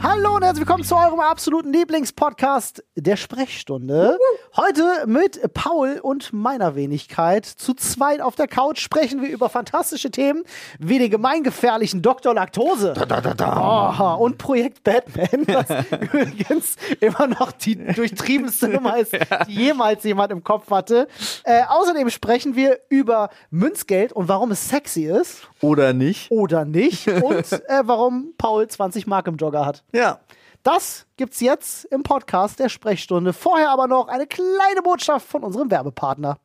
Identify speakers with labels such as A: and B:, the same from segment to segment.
A: herzlich willkommen zu eurem absoluten Lieblingspodcast der Sprechstunde. Heute mit Paul und meiner Wenigkeit. Zu zweit auf der Couch sprechen wir über fantastische Themen wie den gemeingefährlichen Dr. Laktose Aha, und Projekt Batman, was übrigens immer noch die durchtriebenste Nummer ist, die jemals jemand im Kopf hatte. Äh, außerdem sprechen wir über Münzgeld und warum es sexy ist
B: Oder nicht?
A: oder nicht und äh, warum Paul 20 Mark im Jogger hat.
B: Ja.
A: Das gibt's jetzt im Podcast der Sprechstunde. Vorher aber noch eine kleine Botschaft von unserem Werbepartner.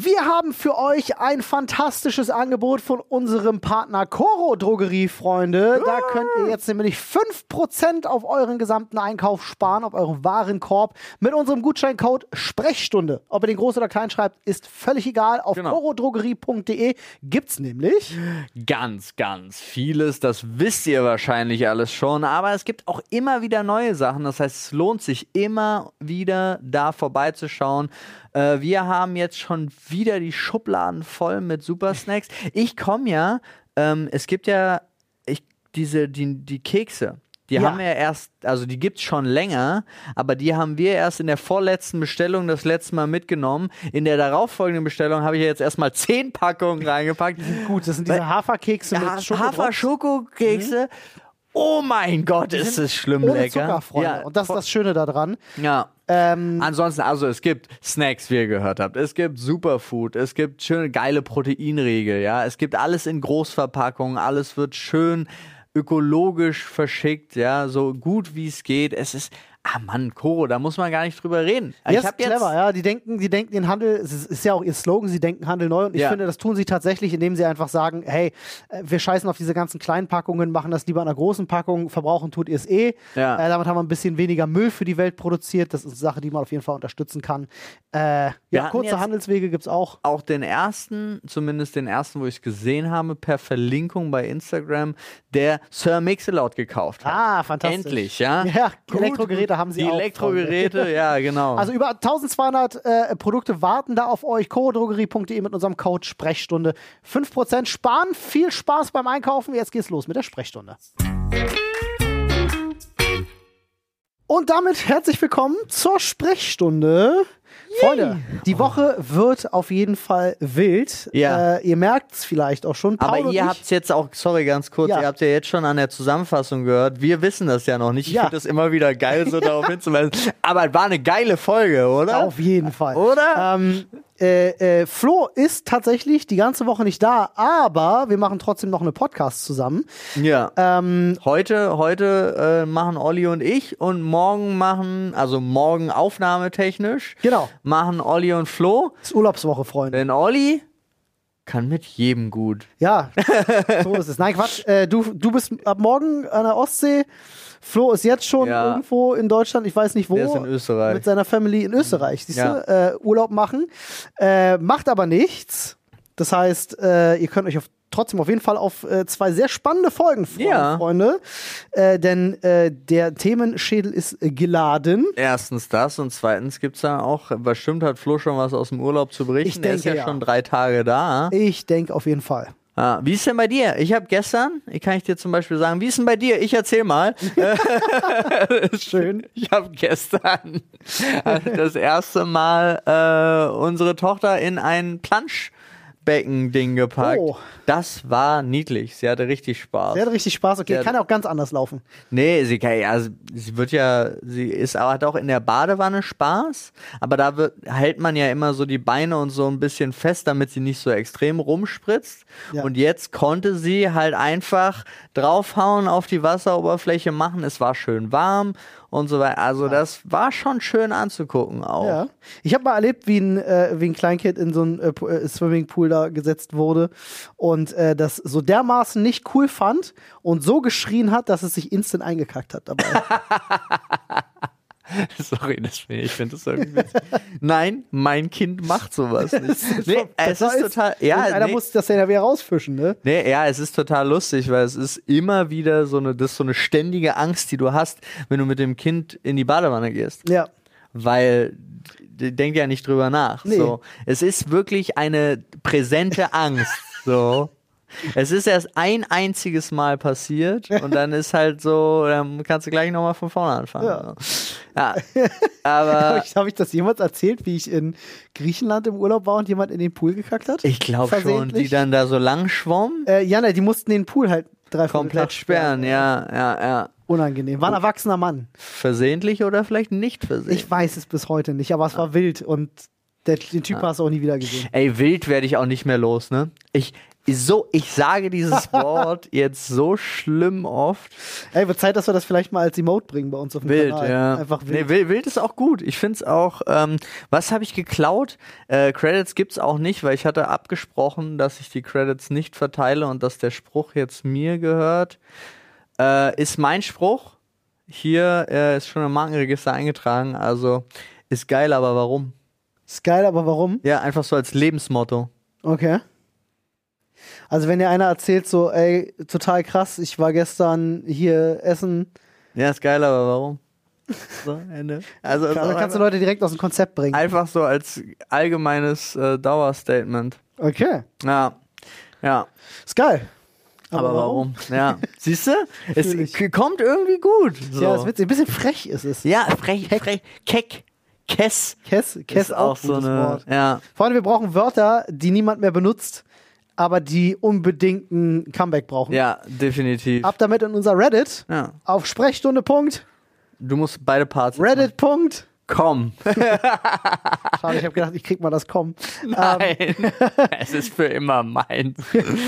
A: Wir haben für euch ein fantastisches Angebot von unserem Partner Coro Drogerie, Freunde. Da könnt ihr jetzt nämlich 5% auf euren gesamten Einkauf sparen, auf euren Warenkorb mit unserem Gutscheincode Sprechstunde. Ob ihr den groß oder klein schreibt, ist völlig egal. Auf
B: Genau.
A: corodrogerie.de gibt's nämlich
B: Ganz, ganz vieles. Das wisst ihr wahrscheinlich alles schon. Aber es gibt auch immer wieder neue Sachen. Das heißt, es lohnt sich immer wieder da vorbeizuschauen. Äh, wir haben jetzt schon wieder die Schubladen voll mit Supersnacks. Ich komme ja, ähm, es gibt ja ich, diese, die, die Kekse. Die
A: Ja.
B: haben wir erst, also die gibt's schon länger, aber die haben wir erst in der vorletzten Bestellung das letzte Mal mitgenommen. In der darauffolgenden Bestellung habe ich jetzt erstmal zehn Packungen reingepackt.
A: Gut, das sind diese Haferkekse
B: Ja,
A: mit Schoko drauf.
B: Hafer-Schokokekse. Oh mein Gott, ist es schlimm
A: Ohne
B: lecker.
A: Zucker, Freunde.
B: Ja,
A: und das ist
B: voll-
A: das Schöne daran.
B: ja.
A: Ähm,
B: Ansonsten, also es gibt Snacks, wie ihr gehört habt. Es gibt Superfood, es gibt schöne geile Proteinriegel, ja. Es gibt alles in Großverpackungen, alles wird schön ökologisch verschickt, ja, so gut wie es geht. Es ist, ah Mann, Koro, da muss man gar nicht drüber reden.
A: ja,
B: ich
A: ist
B: habe jetzt,
A: clever, ja. Die denken, die denken den Handel, es ist, ist ja auch ihr Slogan, sie denken Handel neu. Und ich
B: Ja.
A: finde, das tun sie tatsächlich, indem sie einfach sagen, hey, äh, wir scheißen auf diese ganzen kleinen Packungen, machen das lieber in einer großen Packung, verbrauchen tut ihr es eh.
B: Ja.
A: Äh, damit haben wir ein bisschen weniger Müll für die Welt produziert. Das ist eine Sache, die man auf jeden Fall unterstützen kann. Äh,
B: Wir
A: ja,
B: hatten
A: kurze
B: jetzt-
A: Handelswege gibt es auch.
B: auch den ersten, zumindest den ersten, wo ich es gesehen habe, per Verlinkung bei Instagram, der Sir Mix-a-Lot gekauft hat.
A: Ah, fantastisch.
B: Endlich, ja?
A: Ja,
B: Gut,
A: Elektrogeräte haben sie
B: die
A: auch,
B: Elektrogeräte, ja, genau.
A: Also über 1200 äh, Produkte warten da auf euch. chorodrogerie.de mit unserem Code Sprechstunde. 5% sparen. Viel Spaß beim Einkaufen. Jetzt geht's los mit der Sprechstunde. Und damit herzlich willkommen zur Sprechstunde. Freunde, die Woche wird auf jeden Fall wild.
B: Ja.
A: Äh, ihr merkt es vielleicht auch schon. Paul
B: aber
A: und
B: ihr
A: ich,
B: habt es jetzt auch, sorry, ganz kurz,
A: Ja.
B: ihr habt ja jetzt schon an der Zusammenfassung gehört. Wir wissen das ja noch nicht. Ich
A: Ja.
B: finde das immer wieder geil, so darauf hinzuweisen. Aber es war eine geile Folge, oder?
A: Auf jeden Fall.
B: Oder?
A: Ähm, äh, äh, Flo ist tatsächlich die ganze Woche nicht da, aber wir machen trotzdem noch eine Podcast zusammen.
B: Ja.
A: Ähm,
B: Heute, heute äh, machen Olli und ich und morgen machen, also morgen aufnahmetechnisch,
A: Genau.
B: machen Olli und Flo.
A: ist Urlaubswoche, Freunde.
B: Denn Olli kann mit jedem gut.
A: Ja, so ist es. Nein, Quatsch. Äh, du, du bist ab morgen an der Ostsee. Flo ist jetzt schon
B: Ja.
A: irgendwo in Deutschland, ich weiß nicht wo.
B: Der ist in Österreich.
A: Mit seiner Family in Österreich, siehst
B: Ja.
A: du? Äh, Urlaub machen. Äh, macht aber nichts. Das heißt, äh, ihr könnt euch auf, trotzdem auf jeden Fall auf äh, zwei sehr spannende Folgen freuen,
B: Ja.
A: Freunde. Äh, denn äh, der Themenschädel ist äh, geladen.
B: Erstens das und zweitens gibt es da auch, bestimmt hat Flo schon was aus dem Urlaub zu berichten.
A: Ich
B: Der ist ja,
A: denke, ja.
B: schon drei Tage da.
A: Ich denke auf jeden Fall.
B: Ah, wie ist denn bei dir? Ich habe gestern, ich kann ich dir zum Beispiel sagen, wie ist denn bei dir? Ich erzähl mal.
A: Schön.
B: Ich habe gestern das erste Mal äh, unsere Tochter in ein Planschbecken-Ding gepackt.
A: Oh.
B: Das war niedlich. Sie hatte richtig Spaß.
A: Der hat richtig Spaß. Okay,
B: Ja.
A: kann ja auch ganz anders laufen.
B: Nee, sie kann ja, sie- sie wird ja, sie ist aber hat auch in der Badewanne Spaß, aber da wird, hält man ja immer so die Beine und so ein bisschen fest, damit sie nicht so extrem rumspritzt.
A: Ja.
B: Und jetzt konnte sie halt einfach draufhauen auf die Wasseroberfläche machen. Es war schön warm und so weiter. Also das war schon schön anzugucken auch.
A: Ja. Ich habe mal erlebt, wie ein, äh, wie ein Kleinkind in so einen äh, Pu- äh, Swimmingpool da gesetzt wurde und äh, das so dermaßen nicht cool fand und so geschrien hat, dass es sich instant eingekackt hat dabei.
B: Sorry, das, ich finde das irgendwie. witzig. Nein, mein Kind macht sowas nicht. Nee, es
A: Besser
B: ist total. Ja,
A: Einer
B: nee.
A: muss das ja wieder rausfischen, ne?
B: Nee, ja, es ist total lustig, weil es ist immer wieder so eine, das ist so eine ständige Angst, die du hast, wenn du mit dem Kind in die Badewanne gehst.
A: Ja.
B: Weil d- denkt ja nicht drüber nach.
A: Nee.
B: So. Es ist wirklich eine präsente Angst. So. Es ist erst ein einziges Mal passiert und dann ist halt so, dann kannst du gleich nochmal von vorne anfangen. Ja. ja.
A: Habe
B: Aber
A: ich, hab ich das jemals erzählt, wie ich in Griechenland im Urlaub war und jemand in den Pool gekackt hat?
B: ich glaube schon, die
A: Versehentlich?
B: dann da so lang schwommen,
A: Äh, ja, ne, die mussten den Pool halt drei
B: komplett sperren, ja, ja, ja.
A: Unangenehm. War ein erwachsener Mann.
B: Versehentlich oder vielleicht nicht versehentlich.
A: Ich weiß es bis heute nicht, aber es
B: Ah.
A: war wild und der, den Typ hast du auch nie wieder gesehen.
B: Ey, wild werde ich auch nicht mehr los, ne? Ich, so, ich sage dieses Wort jetzt so schlimm oft.
A: Ey, wird Zeit, dass wir das vielleicht mal als Emote bringen bei uns auf dem
B: Wild,
A: Kanal.
B: ja.
A: Genau, Einfach wild.
B: Nee, wild. Wild ist auch gut. Ich finde es auch. Ähm, was habe ich geklaut? Äh, Credits gibt's auch nicht, weil ich hatte abgesprochen, dass ich die Credits nicht verteile und dass der Spruch jetzt mir gehört. Äh, ist mein Spruch. Hier äh, ist schon im Markenregister eingetragen. Also ist geil, aber warum?
A: Ist geil, aber warum?
B: Ja, einfach so als Lebensmotto.
A: Okay. Also wenn dir einer erzählt so, ey, total krass, ich war gestern hier essen,
B: Ja, ist geil, aber warum? So, Ende. Also ist
A: dann
B: auch
A: kannst du
B: einfach,
A: Leute direkt aus dem Konzept bringen.
B: einfach so als allgemeines äh, Dauerstatement.
A: Okay.
B: Ja. Ja.
A: Ist geil.
B: Aber warum? Ja. Siehst du? Es
A: Natürlich.
B: k- kommt irgendwie gut. So.
A: Ja, ist witzig. Ein bisschen frech ist es.
B: Ja, frech, frech, keck, kess.
A: Kess, Kess
B: ist
A: auch,
B: so
A: gutes
B: eine.
A: Wort.
B: Ja.
A: Freunde, wir brauchen Wörter, die niemand mehr benutzt, aber die unbedingt ein Comeback brauchen.
B: ja, definitiv.
A: Ab damit in unser Reddit
B: Ja.
A: auf Sprechstunde. Punkt,
B: Du musst beide Parts. jetzt machen.
A: Reddit. Ähm. Punkt.
B: Komm.
A: Schade, ich habe gedacht, ich krieg mal das kommen.
B: Nein. es ist für immer mein.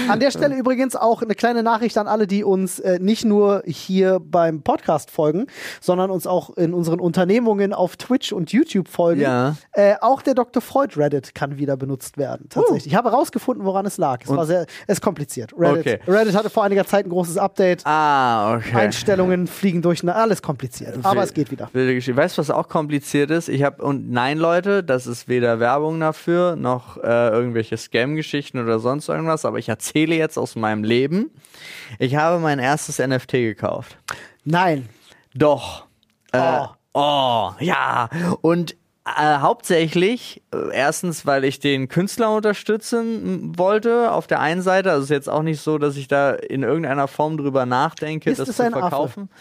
A: An der Stelle übrigens auch eine kleine Nachricht an alle, die uns äh, nicht nur hier beim Podcast folgen, sondern uns auch in unseren Unternehmungen auf Twitch und YouTube folgen.
B: Ja.
A: Äh, auch der Dr. Freud Reddit kann wieder benutzt werden.
B: Uh.
A: Tatsächlich. Ich habe herausgefunden, woran es lag. Es war sehr, es ist kompliziert. Reddit,
B: Okay.
A: Reddit hatte vor einiger Zeit ein großes Update.
B: Ah, okay.
A: Einstellungen fliegen durch, na, alles kompliziert. Aber
B: Wild-
A: es geht wieder.
B: Wilde Geschichte. Weißt du, was auch kompliziert ist? Ich habe und nein, Leute, das ist weder Werbung dafür noch äh, irgendwelche Scam-Geschichten oder sonst irgendwas. Aber ich erzähle jetzt aus meinem Leben. Ich habe mein erstes NFT gekauft.
A: Nein.
B: Doch. Äh,
A: Oh.
B: oh, ja. Und äh, hauptsächlich, äh, erstens, weil ich den Künstler unterstützen m, wollte, auf der einen Seite. Also es ist jetzt auch nicht so, dass ich da in irgendeiner Form drüber nachdenke,
A: Ist
B: das
A: es
B: zu
A: ein Affe?
B: verkaufen.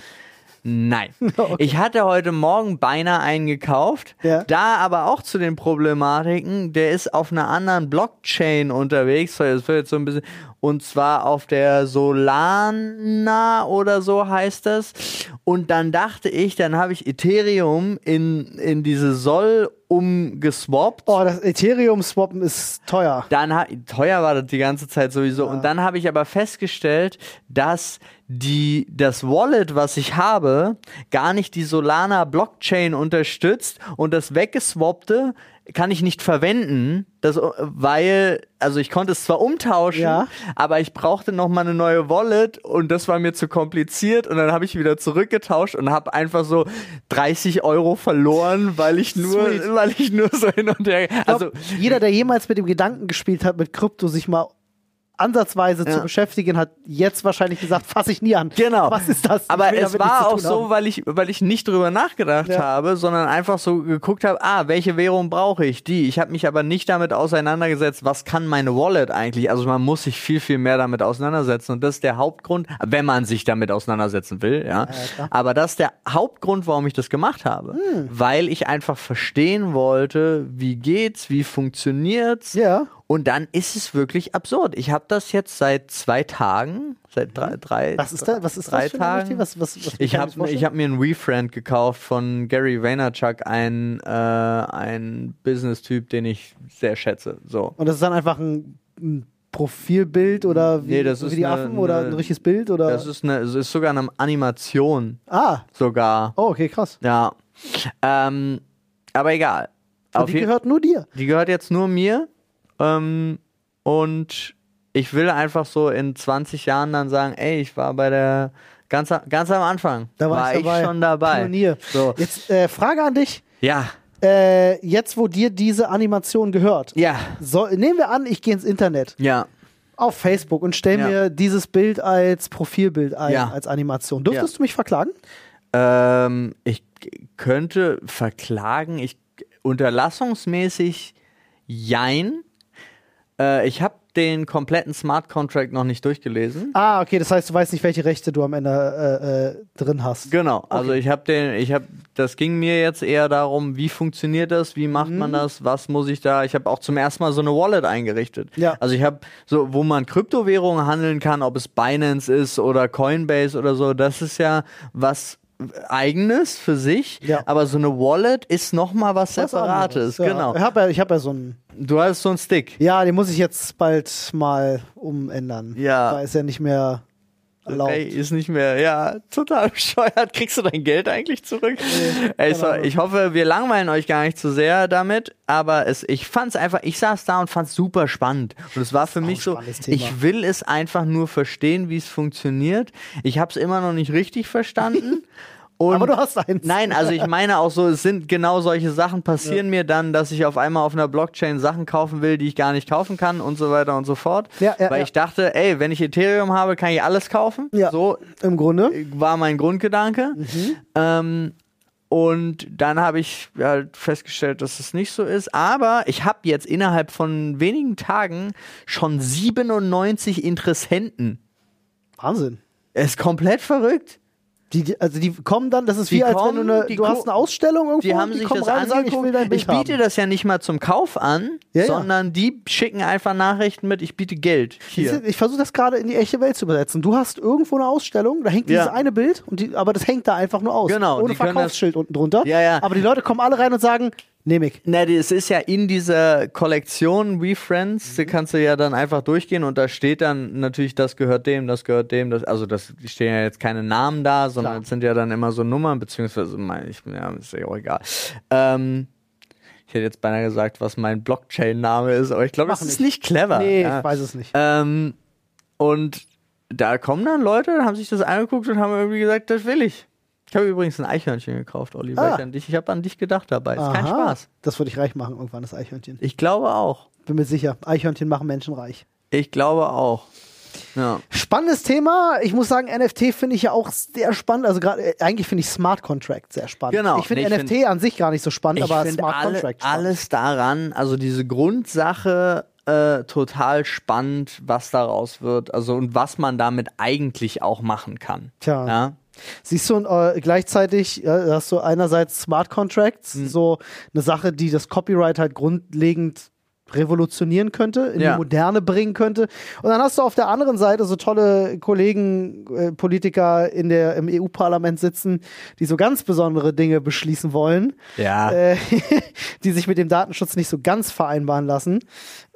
B: Nein. Ich hatte heute Morgen beinahe einen gekauft.
A: Ja.
B: Da aber auch zu den Problematiken, der ist auf einer anderen Blockchain unterwegs. So, Das wird jetzt so ein bisschen. Und zwar auf der Solana oder so heißt das. Und dann dachte ich, dann habe ich Ethereum in, in diese Sol umgeswappt.
A: Oh, das Ethereum-Swappen ist teuer.
B: Dann ha- teuer war das die ganze Zeit sowieso. Und dann habe ich aber festgestellt, dass die, das Wallet, was ich habe, gar nicht die Solana Blockchain unterstützt und das weggeswappte kann ich nicht verwenden, das, äh, weil, also ich konnte es zwar umtauschen,
A: Ja.
B: aber ich brauchte noch mal eine neue Wallet und das war mir zu kompliziert und dann habe ich wieder zurückgetauscht und habe einfach so 30 Euro verloren, weil ich nur,
A: Sweet.
B: weil ich nur so hin und her, also
A: glaub, jeder, der jemals mit dem Gedanken gespielt hat, mit Krypto sich mal ansatzweise zu beschäftigen, hat jetzt wahrscheinlich gesagt, fasse ich nie an.
B: Genau.
A: Was ist das? Ich
B: Aber
A: will
B: es
A: damit nichts zu
B: war auch
A: tun
B: so,
A: haben.
B: weil ich, weil ich nicht drüber nachgedacht
A: Ja.
B: habe, sondern einfach so geguckt habe, ah, welche Währung brauche ich? Die. Ich habe mich aber nicht damit auseinandergesetzt, was kann meine Wallet eigentlich? Also man muss sich viel, viel mehr damit auseinandersetzen. Und das ist der Hauptgrund, wenn man sich damit auseinandersetzen will, ja.
A: klar. Hm.
B: aber das ist der Hauptgrund, warum ich das gemacht habe. Weil ich einfach verstehen wollte, wie geht's, wie funktioniert's.
A: Ja.
B: Und dann ist es wirklich absurd. Ich habe das jetzt seit zwei Tagen, seit drei,
A: Mhm.
B: drei
A: Was ist da, was ist
B: drei
A: das für eine
B: Tagen.
A: Geschichte? Was, was, was
B: Ich
A: kann mir
B: habe
A: das
B: ich hab mir einen WeFriend gekauft von Gary Vaynerchuk, ein, äh, ein Business-Typ, den ich sehr schätze. So.
A: Und das ist dann einfach ein, ein Profilbild oder wie,
B: Nee, das
A: so
B: ist
A: wie die
B: eine-
A: Affen oder
B: eine-
A: ein richtiges Bild oder.
B: Das ist, eine, es ist sogar eine Animation
A: ah,
B: sogar.
A: oh, okay, krass.
B: Ja. Ähm, aber egal.
A: Und die
B: je-
A: gehört nur dir.
B: die gehört jetzt nur mir. Ähm, und ich will einfach so in 20 Jahren dann sagen, ey, ich war bei der ganz, a- ganz am Anfang.
A: Da war,
B: ich,
A: dabei.
B: schon dabei.
A: Pionier.
B: So.
A: Jetzt äh, Frage an dich.
B: Ja,
A: Äh, jetzt, wo dir diese Animation gehört,
B: ja,
A: so, nehmen wir an, ich gehe ins Internet.
B: ja.
A: auf Facebook und stell
B: Ja.
A: mir dieses Bild als Profilbild ein,
B: Ja.
A: als Animation. Dürftest du mich verklagen?
B: Ähm, ich k- könnte verklagen, ich unterlassungsmäßig jein. Äh, ich habe den kompletten Smart Contract noch nicht durchgelesen.
A: Ah, okay, das heißt, du weißt nicht, welche Rechte du am Ende äh, äh, drin hast.
B: Genau, also ich habe den, ich habe, das ging mir jetzt eher darum, wie funktioniert das, wie macht
A: Mhm.
B: man das, was muss ich da? Ich habe auch zum ersten Mal so eine Wallet eingerichtet.
A: Ja.
B: Also ich habe so, wo man Kryptowährungen handeln kann, ob es Binance ist oder Coinbase oder so, das ist ja was eigenes für sich.
A: Ja.
B: Aber so eine Wallet ist noch mal was
A: Was
B: Separates.
A: anderes, ja.
B: Genau.
A: Ich habe ja, ich hab ja so einen.
B: Du hast so einen Stick.
A: Ja, den muss ich jetzt bald mal umändern.
B: Ja.
A: Da ist ja nicht mehr erlaubt.
B: Ey, ist nicht mehr, ja, total bescheuert. Kriegst du dein Geld eigentlich zurück? Ey, so,
A: Ahnung.
B: ich hoffe, wir langweilen euch gar nicht zu sehr damit, aber es, ich fand's einfach, ich saß da und fand's super spannend. Und es war für
A: auch
B: mich
A: ein
B: so,
A: spannendes Thema.
B: ich will es einfach nur verstehen, wie es funktioniert. Ich hab's immer noch nicht richtig verstanden. Und
A: Aber du hast eins.
B: Nein, also ich meine auch so, es sind genau solche Sachen passieren mir dann, dass ich auf einmal auf einer Blockchain Sachen kaufen will, die ich gar nicht kaufen kann und so weiter und so fort.
A: Ja, ja,
B: weil
A: ja.
B: ich dachte, ey, wenn ich Ethereum habe, kann ich alles kaufen.
A: Ja. Mhm.
B: So
A: Im Grunde.
B: war mein Grundgedanke. Ähm, und dann habe ich halt festgestellt, dass es nicht so ist. Aber ich habe jetzt innerhalb von wenigen Tagen schon 97 Interessenten.
A: Wahnsinn.
B: Es ist komplett verrückt.
A: Die, die, also die kommen dann, das ist wie,
B: Die
A: als wenn
B: kommen,
A: du eine,
B: die
A: du hast
B: gu-
A: eine Ausstellung irgendwo,
B: Die haben
A: und Oh, die
B: sich
A: kommen
B: das
A: rein und sagen,
B: angeguckt.
A: ich will dein Bild
B: Ich biete
A: haben.
B: das ja nicht mal zum Kauf an,
A: Ja, ja.
B: sondern die schicken einfach Nachrichten mit, ich biete Geld. Hier.
A: Siehst du, Ich versuche das gerade in die echte Welt zu übersetzen. Du hast irgendwo eine Ausstellung, da hängt
B: Ja.
A: dieses eine Bild, und die, aber das hängt da einfach nur aus.
B: Genau,
A: Ohne
B: die können das-
A: Verkaufsschild unten drunter.
B: Ja, ja.
A: Aber die Leute kommen alle rein und sagen, nehm ich.
B: Na, das ist ja in dieser Kollektion WeFriends,
A: Mhm.
B: da kannst du ja dann einfach durchgehen und da steht dann natürlich, das gehört dem, das gehört dem, das, also das die stehen ja jetzt keine Namen da, sondern
A: Klar.
B: es sind ja dann immer so Nummern, beziehungsweise mein, ich, ja, ist ja auch egal. Ähm, ich hätte jetzt beinahe gesagt, was mein Blockchain-Name ist, aber ich glaube, das
A: Mach
B: ist nicht clever.
A: Nee,
B: ja.
A: ich weiß es nicht.
B: Ähm, und da kommen dann Leute, haben sich das angeguckt und haben irgendwie gesagt, das will ich. Ich habe übrigens ein Eichhörnchen gekauft, Olli. weil
A: Ah.
B: Ich, an dich- ich habe an dich gedacht dabei. Ist kein
A: Aha.
B: Spaß.
A: Das würde ich reich machen, irgendwann, das Eichhörnchen.
B: Ich glaube auch.
A: Bin mir sicher. Eichhörnchen machen Menschen reich.
B: Ich glaube auch. Ja.
A: Spannendes Thema. Ich muss sagen, NFT finde ich ja auch sehr spannend. Also gerade äh, eigentlich finde ich Smart Contract sehr spannend.
B: Genau.
A: Ich finde
B: Nee, ich
A: NFT an sich gar nicht so spannend,
B: Ich
A: aber
B: finde
A: Smart
B: alle,
A: Contract spannend.
B: alles daran, also diese Grundsache äh, total spannend, was daraus wird, also und was man damit eigentlich auch machen kann.
A: Tja.
B: Ja?
A: Siehst du, und, äh, gleichzeitig äh, hast du einerseits Smart Contracts, so eine Sache, die das Copyright halt grundlegend revolutionieren könnte, in
B: Ja.
A: die Moderne bringen könnte. Und dann hast du auf der anderen Seite so tolle Kollegen, äh, Politiker in der, im EU-Parlament sitzen, die so ganz besondere Dinge beschließen wollen.
B: ja.
A: äh, die sich mit dem Datenschutz nicht so ganz vereinbaren lassen.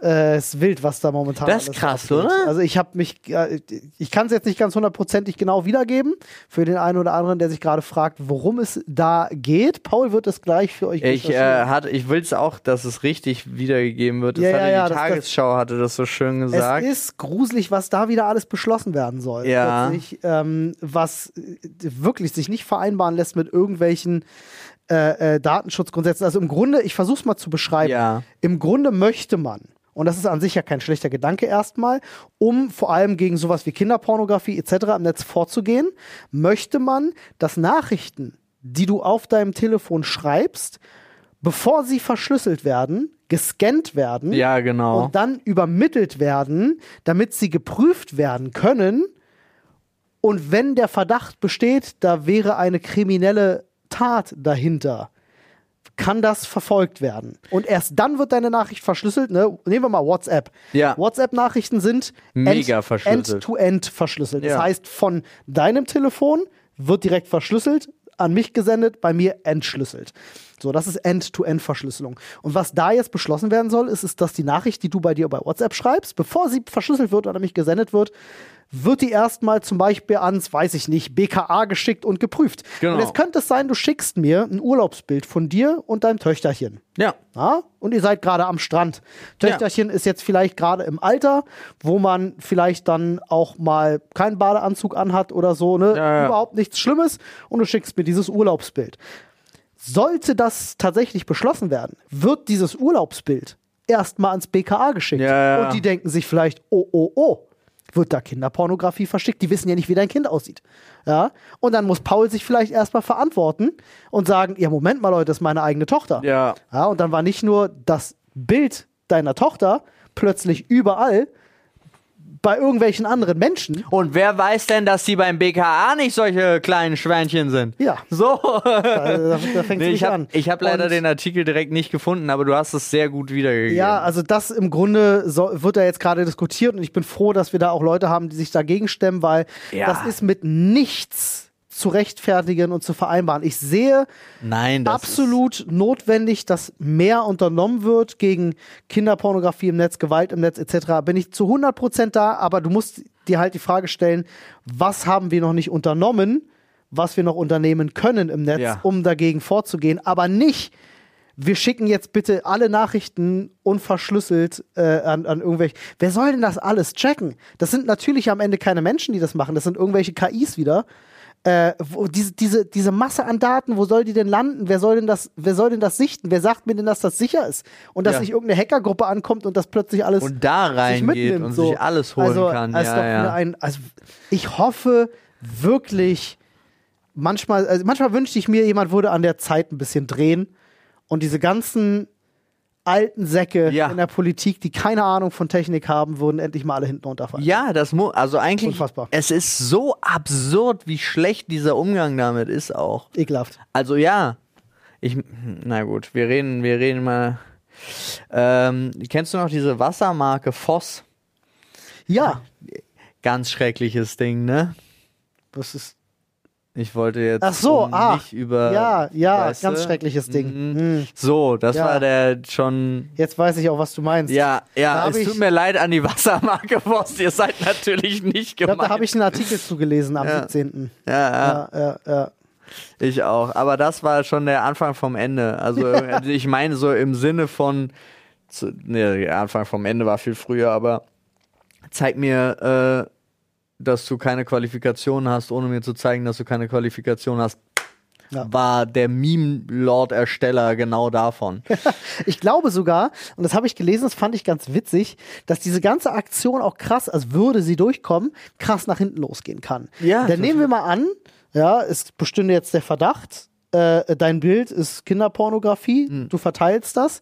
A: Äh, ist wild, was da momentan
B: Das ist
A: alles
B: krass,
A: abgeht.
B: oder?
A: Also ich habe mich, äh, ich kann es jetzt nicht ganz hundertprozentig genau wiedergeben für den einen oder anderen, der sich gerade fragt, worum es da geht. Paul wird es gleich für euch
B: Ich, äh,
A: recherchieren.
B: hatte, ich will es auch, dass es richtig wiedergegeben wird. Das
A: Ja,
B: hatte
A: ja, ja,
B: die
A: das- das-
B: Tagesschau hatte das so schön gesagt.
A: Es ist gruselig, was da wieder alles beschlossen werden soll.
B: Ja.
A: Plötzlich, ähm, was äh, wirklich sich nicht vereinbaren lässt mit irgendwelchen äh, äh, Datenschutzgrundsätzen. Also im Grunde, ich versuche es mal zu beschreiben.
B: Ja.
A: Im Grunde möchte man, und das ist an sich ja kein schlechter Gedanke erstmal, um vor allem gegen sowas wie Kinderpornografie etc. im Netz vorzugehen, möchte man, dass Nachrichten, die du auf deinem Telefon schreibst, bevor sie verschlüsselt werden, gescannt werden
B: ja, genau.
A: und dann übermittelt werden, damit sie geprüft werden können. Und wenn der Verdacht besteht, da wäre eine kriminelle Tat dahinter, kann das verfolgt werden. Und erst dann wird deine Nachricht verschlüsselt. Ne? Nehmen wir mal WhatsApp.
B: Ja.
A: WhatsApp-Nachrichten sind
B: Mega
A: end-
B: verschlüsselt.
A: End-to-end verschlüsselt.
B: Ja.
A: Das heißt, von deinem Telefon wird direkt verschlüsselt, an mich gesendet, bei mir entschlüsselt. So, das ist End-to-End-Verschlüsselung. Und was da jetzt beschlossen werden soll, ist, ist, dass die Nachricht, die du bei dir bei WhatsApp schreibst, bevor sie verschlüsselt wird und an mich gesendet wird, wird die erstmal zum Beispiel ans, weiß ich nicht, BKA geschickt und geprüft.
B: Genau.
A: Und jetzt könnte es sein, du schickst mir ein Urlaubsbild von dir und deinem Töchterchen.
B: ja.
A: Ja? Und ihr seid gerade am Strand. Töchterchen ist jetzt vielleicht gerade im Alter, wo man vielleicht dann auch mal keinen Badeanzug anhat oder so, ne?
B: Ja, ja.
A: Überhaupt nichts Schlimmes und du schickst mir dieses Urlaubsbild. Sollte das tatsächlich beschlossen werden, wird dieses Urlaubsbild erstmal ans BKA geschickt.
B: Ja, ja.
A: Und die denken sich vielleicht, oh, oh, oh, wird da Kinderpornografie verschickt? Die wissen ja nicht, wie dein Kind aussieht. Ja? Und dann muss Paul sich vielleicht erstmal verantworten und sagen, ja, Moment mal, Leute, das ist meine eigene Tochter.
B: Ja.
A: Ja, und dann war nicht nur das Bild deiner Tochter plötzlich überall, bei irgendwelchen anderen Menschen.
B: Und wer weiß denn, dass sie beim BKA nicht solche kleinen Schweinchen sind?
A: Ja.
B: So.
A: Da, Also, da, da fängt
B: Nee,
A: es
B: ich
A: nicht
B: habe
A: an.
B: hab leider
A: Und-
B: den Artikel direkt nicht gefunden, aber du hast es sehr gut wiedergegeben.
A: Ja, also das im Grunde so, wird da jetzt gerade diskutiert und ich bin froh, dass wir da auch Leute haben, die sich dagegen stemmen, weil
B: Ja.
A: das ist mit nichts zu rechtfertigen und zu vereinbaren. Ich sehe
B: Nein, das
A: absolut notwendig, dass mehr unternommen wird gegen Kinderpornografie im Netz, Gewalt im Netz etc. Bin ich zu 100% da, aber du musst dir halt die Frage stellen, was haben wir noch nicht unternommen, was wir noch unternehmen können im Netz,
B: Ja.
A: um dagegen vorzugehen, aber nicht wir schicken jetzt bitte alle Nachrichten unverschlüsselt äh, an, an irgendwelche. Wer soll denn das alles checken? Das sind natürlich am Ende keine Menschen, die das machen. Das sind irgendwelche KIs wieder. Äh, wo diese, diese, diese Masse an Daten, wo soll die denn landen? Wer soll denn das, wer soll denn das sichten? Wer sagt mir denn, dass das sicher ist? Und dass
B: Ja.
A: nicht irgendeine Hackergruppe ankommt und das plötzlich alles
B: Ist, und da
A: sich
B: reingeht
A: mitnimmt,
B: und
A: so.
B: sich alles holen
A: also,
B: kann.
A: als
B: ja,
A: doch
B: ja.
A: wieder Ein, also ich hoffe wirklich, manchmal, also manchmal wünschte ich mir, jemand würde an der Zeit ein bisschen drehen und diese ganzen alten Säcke
B: Ja.
A: in der Politik, die keine Ahnung von Technik haben, würden endlich mal alle hinten runterfallen.
B: Ja, das muss, also eigentlich,
A: Unfassbar.
B: es ist so absurd, wie schlecht dieser Umgang damit ist auch.
A: Ekelhaft.
B: Also ja, ich, hm, na gut, wir reden, wir reden mal. Ähm, kennst du noch diese Wassermarke Voss?
A: Ja,
B: Ganz schreckliches Ding, ne?
A: das ist
B: Ich wollte jetzt
A: Ach so,
B: um
A: ah,
B: nicht über.
A: ja, ja,
B: weißt
A: ganz
B: du?
A: schreckliches Ding.
B: Mhm. So, das
A: Ja.
B: war der schon.
A: Jetzt weiß ich auch, was du meinst.
B: Ja,
A: Da
B: ja,
A: hab
B: es
A: ich-
B: tut mir leid an die Wassermarke Voss. Ihr seid natürlich nicht
A: Ich
B: gemeint.
A: glaube, da habe ich einen Artikel zugelesen am
B: Ja.
A: 17.
B: ja, ja.
A: Ja, ja, ja.
B: Ich auch. Aber das war schon der Anfang vom Ende. Also also ich meine so im Sinne von, zu, nee, der Anfang vom Ende war viel früher, aber zeig mir, äh, dass du keine Qualifikation hast, ohne mir zu zeigen, dass du keine Qualifikation hast.
A: Ja.
B: War der Meme-Lord-Ersteller genau davon.
A: Ich glaube sogar, und das habe ich gelesen, das fand ich ganz witzig, dass diese ganze Aktion auch krass, als würde sie durchkommen, krass nach hinten losgehen kann.
B: Ja,
A: Dann nehmen wir mal an, ja, es bestünde jetzt der Verdacht, äh, dein Bild ist Kinderpornografie, du verteilst das.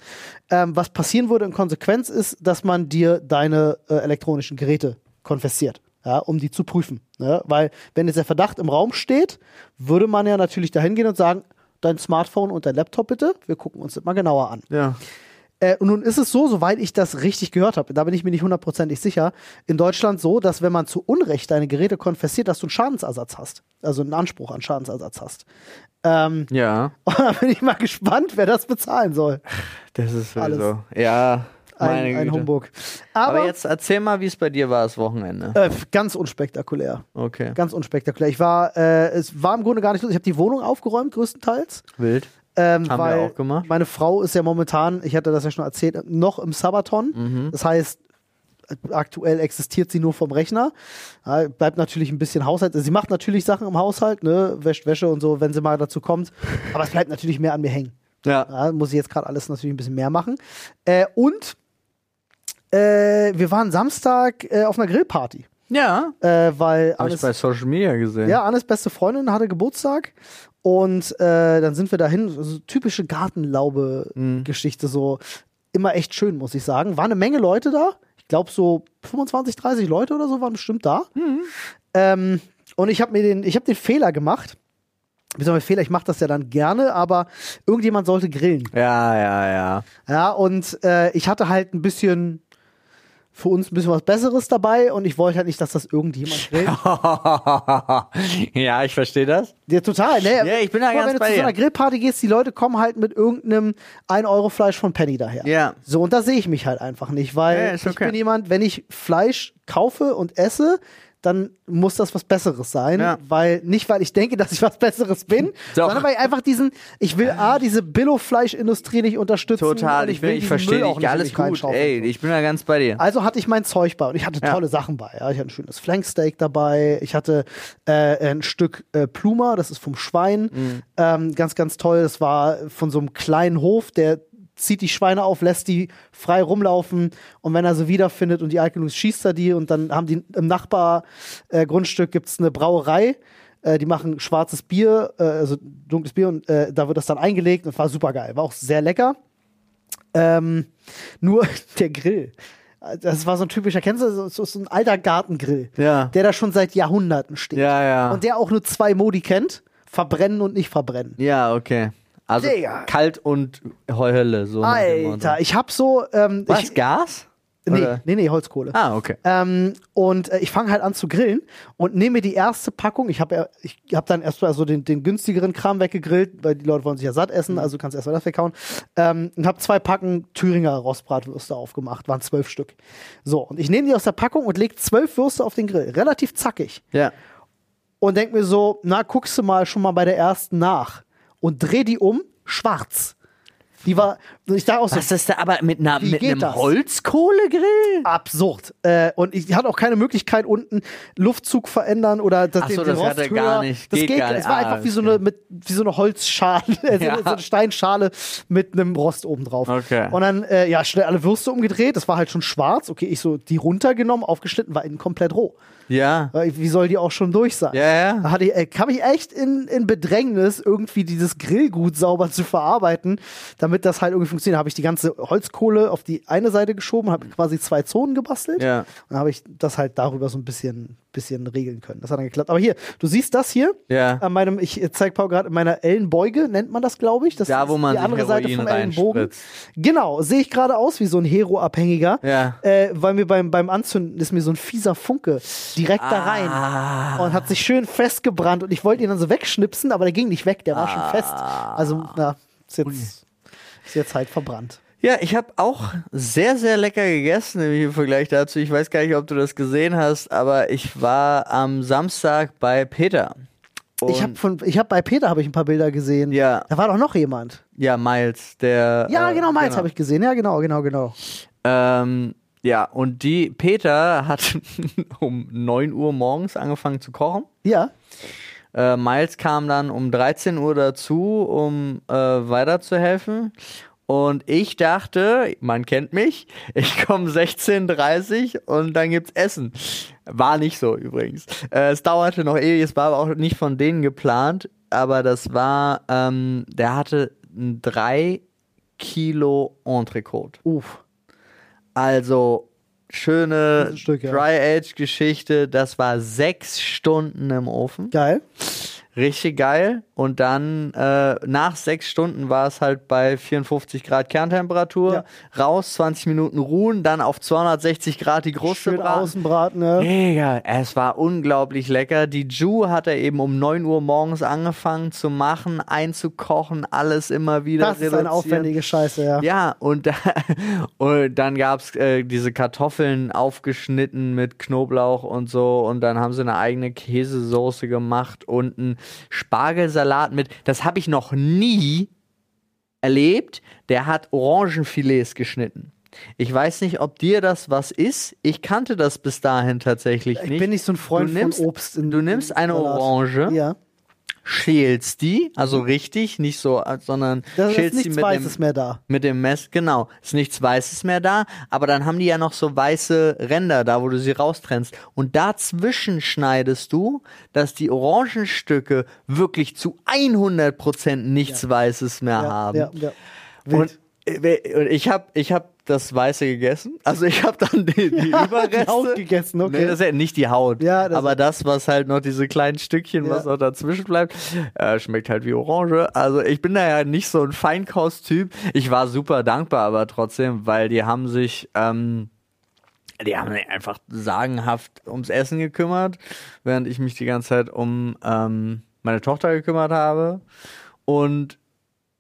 A: Ähm, was passieren würde in Konsequenz ist, dass man dir deine äh, elektronischen Geräte konfisziert. Ja, um die zu prüfen. Ne? Weil, wenn jetzt der Verdacht im Raum steht, würde man ja natürlich dahin gehen und sagen, dein Smartphone und dein Laptop bitte, wir gucken uns das mal genauer an.
B: Ja.
A: Äh, und nun ist es so, soweit ich das richtig gehört habe, da bin ich mir nicht hundertprozentig sicher, in Deutschland so, dass wenn man zu Unrecht deine Geräte konfessiert, dass du einen Schadensersatz hast. Also einen Anspruch an Schadensersatz hast. Ähm,
B: Ja.
A: und da bin ich mal gespannt, wer das bezahlen soll.
B: Das ist
A: Alles.
B: sowieso. Ja. Meine
A: Ein, ein
B: Güte.
A: Humbug.
B: Aber,
A: Aber,
B: jetzt erzähl mal, wie es bei dir war das Wochenende.
A: äh, ganz unspektakulär.
B: Okay.
A: Ganz unspektakulär. Ich war, äh, es war im Grunde gar nicht los. Ich habe die Wohnung aufgeräumt, größtenteils.
B: Wild.
A: Ähm,
B: Haben wir
A: weil
B: auch gemacht.
A: Meine Frau ist ja momentan, ich hatte das ja schon erzählt, noch im Sabaton.
B: Mhm.
A: Das heißt, aktuell existiert sie nur vom Rechner. Ja, bleibt natürlich ein bisschen Haushalt. Sie macht natürlich Sachen im Haushalt, ne, wäscht Wäsche und so, wenn sie mal dazu kommt. Aber es bleibt natürlich mehr an mir hängen.
B: Ja.
A: Ja, muss ich jetzt gerade alles natürlich ein bisschen mehr machen. Äh, und äh, wir waren Samstag äh, auf einer Grillparty,
B: Ja.
A: äh, weil
B: Habe ich
A: alles
B: bei Social Media gesehen.
A: ja, Annes beste Freundin hatte Geburtstag und äh, dann sind wir dahin. So typische Gartenlaube-Geschichte, so immer echt schön, muss ich sagen. War eine Menge Leute da. Ich glaube, so 25, 30 Leute oder so waren bestimmt da. Ähm, und ich habe mir den, ich habe den Fehler gemacht. Wie soll man Fehler? Ich mache das ja dann gerne, aber irgendjemand sollte grillen.
B: Ja, ja, ja.
A: Ja, und äh, ich hatte halt ein bisschen für uns ein bisschen was Besseres dabei und ich wollte halt nicht, dass das irgendjemand grillt.
B: ja, ich verstehe das.
A: Ja, total. Ne?
B: Ja, ich bin da
A: Guck mal,
B: ganz
A: Wenn du
B: bei
A: zu so
B: dir.
A: einer Grillparty gehst, die Leute kommen halt mit irgendeinem 1-Euro-Fleisch von Penny daher.
B: Ja.
A: So, und da sehe ich mich halt einfach nicht, weil
B: Ja, ist
A: ich
B: okay.
A: bin jemand, wenn ich Fleisch kaufe und esse, dann muss das was Besseres sein,
B: Ja.
A: weil nicht weil ich denke, dass ich was Besseres bin,
B: Doch.
A: sondern weil ich einfach diesen, ich will a diese Billo-Fleischindustrie nicht unterstützen.
B: Total.
A: und
B: Ich, will- ich
A: diesen
B: verstehe
A: Müll auch nicht
B: dich.
A: in
B: Alles
A: mich
B: gut.
A: reinschaufeln.
B: Ey, ich bin da ganz bei dir.
A: Also hatte ich mein Zeug bei und ich hatte
B: Ja.
A: tolle Sachen bei. Ja. Ich hatte ein schönes Flanksteak dabei, ich hatte äh, ein Stück äh, Pluma, das ist vom Schwein, ähm, ganz, ganz toll. Das war von so einem kleinen Hof, der zieht die Schweine auf, lässt die frei rumlaufen und wenn er sie wiederfindet und die Alkohol ist, schießt er die und dann haben die im Nachbargrundstück äh, Grundstück gibt's eine Brauerei, äh, die machen schwarzes Bier, äh, also dunkles Bier und äh, da wird das dann eingelegt und war super geil, war auch sehr lecker. Ähm, nur der Grill das war so ein typischer, kennst du, so, so, so ein alter Gartengrill,
B: Ja.
A: der da schon seit Jahrhunderten steht.
B: Ja, ja.
A: Und der auch nur zwei Modi kennt, verbrennen und nicht verbrennen.
B: Ja, okay. Also
A: Digga.
B: kalt und Hölle. So nach dem Motto.
A: Alter, ich hab so, ähm,
B: Was,
A: ich,
B: Gas?
A: nee,
B: Oder?
A: nee, nee, Holzkohle.
B: Ah, okay.
A: Ähm, und äh, ich fange halt an zu grillen und nehme mir die erste Packung. Ich habe ich hab dann erstmal so den, den günstigeren Kram weggegrillt, weil die Leute wollen sich ja satt essen, also kannst erstmal das weghauen. Ähm, und habe zwei Packen Thüringer Rostbratwürste aufgemacht, waren zwölf Stück. So, und ich nehme die aus der Packung und lege zwölf Würste auf den Grill. Relativ zackig.
B: Ja.
A: Und denk mir so, na, guckst du mal schon mal bei der ersten nach. Und dreh die um, schwarz. Die war, ich dachte auch so,
B: Was ist da aber mit, einer,
A: Wie
B: mit
A: geht
B: einem
A: das?
B: Holzkohlegrill?
A: absurd. Äh, und ich hatte auch keine Möglichkeit, unten Luftzug verändern oder das,
B: Ach so, das hat er
A: Rost
B: gar
A: höher.
B: nicht.
A: Das
B: Geht
A: geht,
B: gar
A: Es
B: nicht.
A: war
B: Ah,
A: einfach wie
B: alles
A: so, eine, mit, wie so eine Holzschale, also
B: Ja.
A: so eine Steinschale mit einem Rost oben drauf.
B: Okay.
A: Und dann, äh, ja, schnell alle Würste umgedreht. Das war halt schon schwarz. Okay, ich so die runtergenommen, aufgeschnitten, war innen komplett roh.
B: Ja.
A: Weil Wie soll die auch schon durch sein?
B: Ja, ja.
A: Da hatte ich, äh, kam ich echt in, in Bedrängnis, irgendwie dieses Grillgut sauber zu verarbeiten, damit das halt irgendwie funktioniert. Habe ich die ganze Holzkohle auf die eine Seite geschoben, habe quasi zwei Zonen gebastelt
B: Ja.
A: und dann habe ich das halt darüber so ein bisschen, bisschen regeln können. Das hat dann geklappt. Aber hier, du siehst das hier
B: Ja.
A: an meinem, ich zeige Paul gerade in meiner Ellenbeuge, nennt man das, glaube ich. Das
B: Da, wo
A: ist
B: man
A: die
B: sich
A: andere Seite
B: Heroin
A: vom Ellenbogen.
B: reinspritzt.
A: Genau, sehe ich gerade aus wie so ein Hero-Abhängiger.
B: Ja.
A: Äh, weil mir beim, beim Anzünden ist mir so ein fieser Funke direkt da rein
B: Ah.
A: und hat sich schön festgebrannt und ich wollte ihn dann so wegschnipsen, aber der ging nicht weg, der war schon fest.
B: Ah.
A: Also, na, ist jetzt, ist jetzt halt verbrannt.
B: Ja, ich habe auch sehr, sehr lecker gegessen nämlich im Vergleich dazu. Ich weiß gar nicht, ob du das gesehen hast, aber ich war am Samstag bei Peter. Und
A: ich habe von, ich habe bei Peter habe ich ein paar Bilder gesehen.
B: Ja.
A: Da war doch noch jemand.
B: ja, Miles, der.
A: Ja,
B: äh,
A: genau, Miles habe ich gesehen. Ja, genau, genau, genau.
B: Ähm, ja, und die Peter hat um 9 Uhr morgens angefangen zu kochen.
A: Ja.
B: Äh, Miles kam dann um 13 Uhr dazu, um äh, weiterzuhelfen. Und ich dachte, man kennt mich, ich komme 16.30 Uhr und dann gibt's Essen. War nicht so übrigens. Äh, es dauerte noch ewig, es war aber auch nicht von denen geplant, aber das war, ähm, der hatte 3 Kilo Entrecote.
A: Uff.
B: Also schöne
A: Stück, ja.
B: Dry-Age-Geschichte. Das war sechs Stunden im Ofen.
A: Geil.
B: Richtig geil. Und dann äh, nach sechs Stunden war es halt bei 54 Grad Kerntemperatur. Raus, 20 Minuten ruhen, dann auf 260 Grad die Kruste
A: Schön
B: braten.
A: Außenbraten, ne?
B: Mega, es war unglaublich lecker. Die Ju hat er eben um 9 Uhr morgens angefangen zu machen, einzukochen, alles immer wieder
A: Das ist
B: reduzieren.
A: eine aufwendige Scheiße, ja.
B: Ja, und, da, und dann gab's äh, diese Kartoffeln aufgeschnitten mit Knoblauch und so. Und dann haben sie eine eigene Käsesoße gemacht und einen Spargelsalat mit. Das habe ich noch nie erlebt. Der hat Orangenfilets geschnitten. Ich weiß nicht, ob dir das was ist. Ich kannte das bis dahin tatsächlich
A: Ich
B: nicht.
A: bin nicht so ein Freund
B: Du nimmst-
A: von Obst. In,
B: du nimmst
A: in
B: eine
A: Salat.
B: Orange,
A: Ja.
B: schälst die, also richtig, nicht so, äh, sondern
A: Da ist
B: schälst die
A: nichts
B: mit dem
A: Weißes mehr da.
B: mit dem Mess, genau. Ist nichts Weißes mehr da, aber dann haben die ja noch so weiße Ränder da, wo du sie raustrennst. Und dazwischen schneidest du, dass die Orangenstücke wirklich zu 100% nichts Weißes mehr haben.
A: Ja, ja.
B: Und, äh, und ich habe ich hab das Weiße gegessen. Also ich habe dann die, die Überreste.
A: Haut gegessen, okay.
B: Nee, das ist ja nicht die Haut.
A: Ja, das-
B: aber das, was halt noch diese kleinen Stückchen, was
A: Ja.
B: noch dazwischen bleibt, äh, schmeckt halt wie Orange. Also ich bin da ja nicht so ein Feinkost-Typ. Ich war super dankbar, aber trotzdem, weil die haben sich... Ähm, die haben sich einfach sagenhaft ums Essen gekümmert, während ich mich die ganze Zeit um ähm, meine Tochter gekümmert habe. Und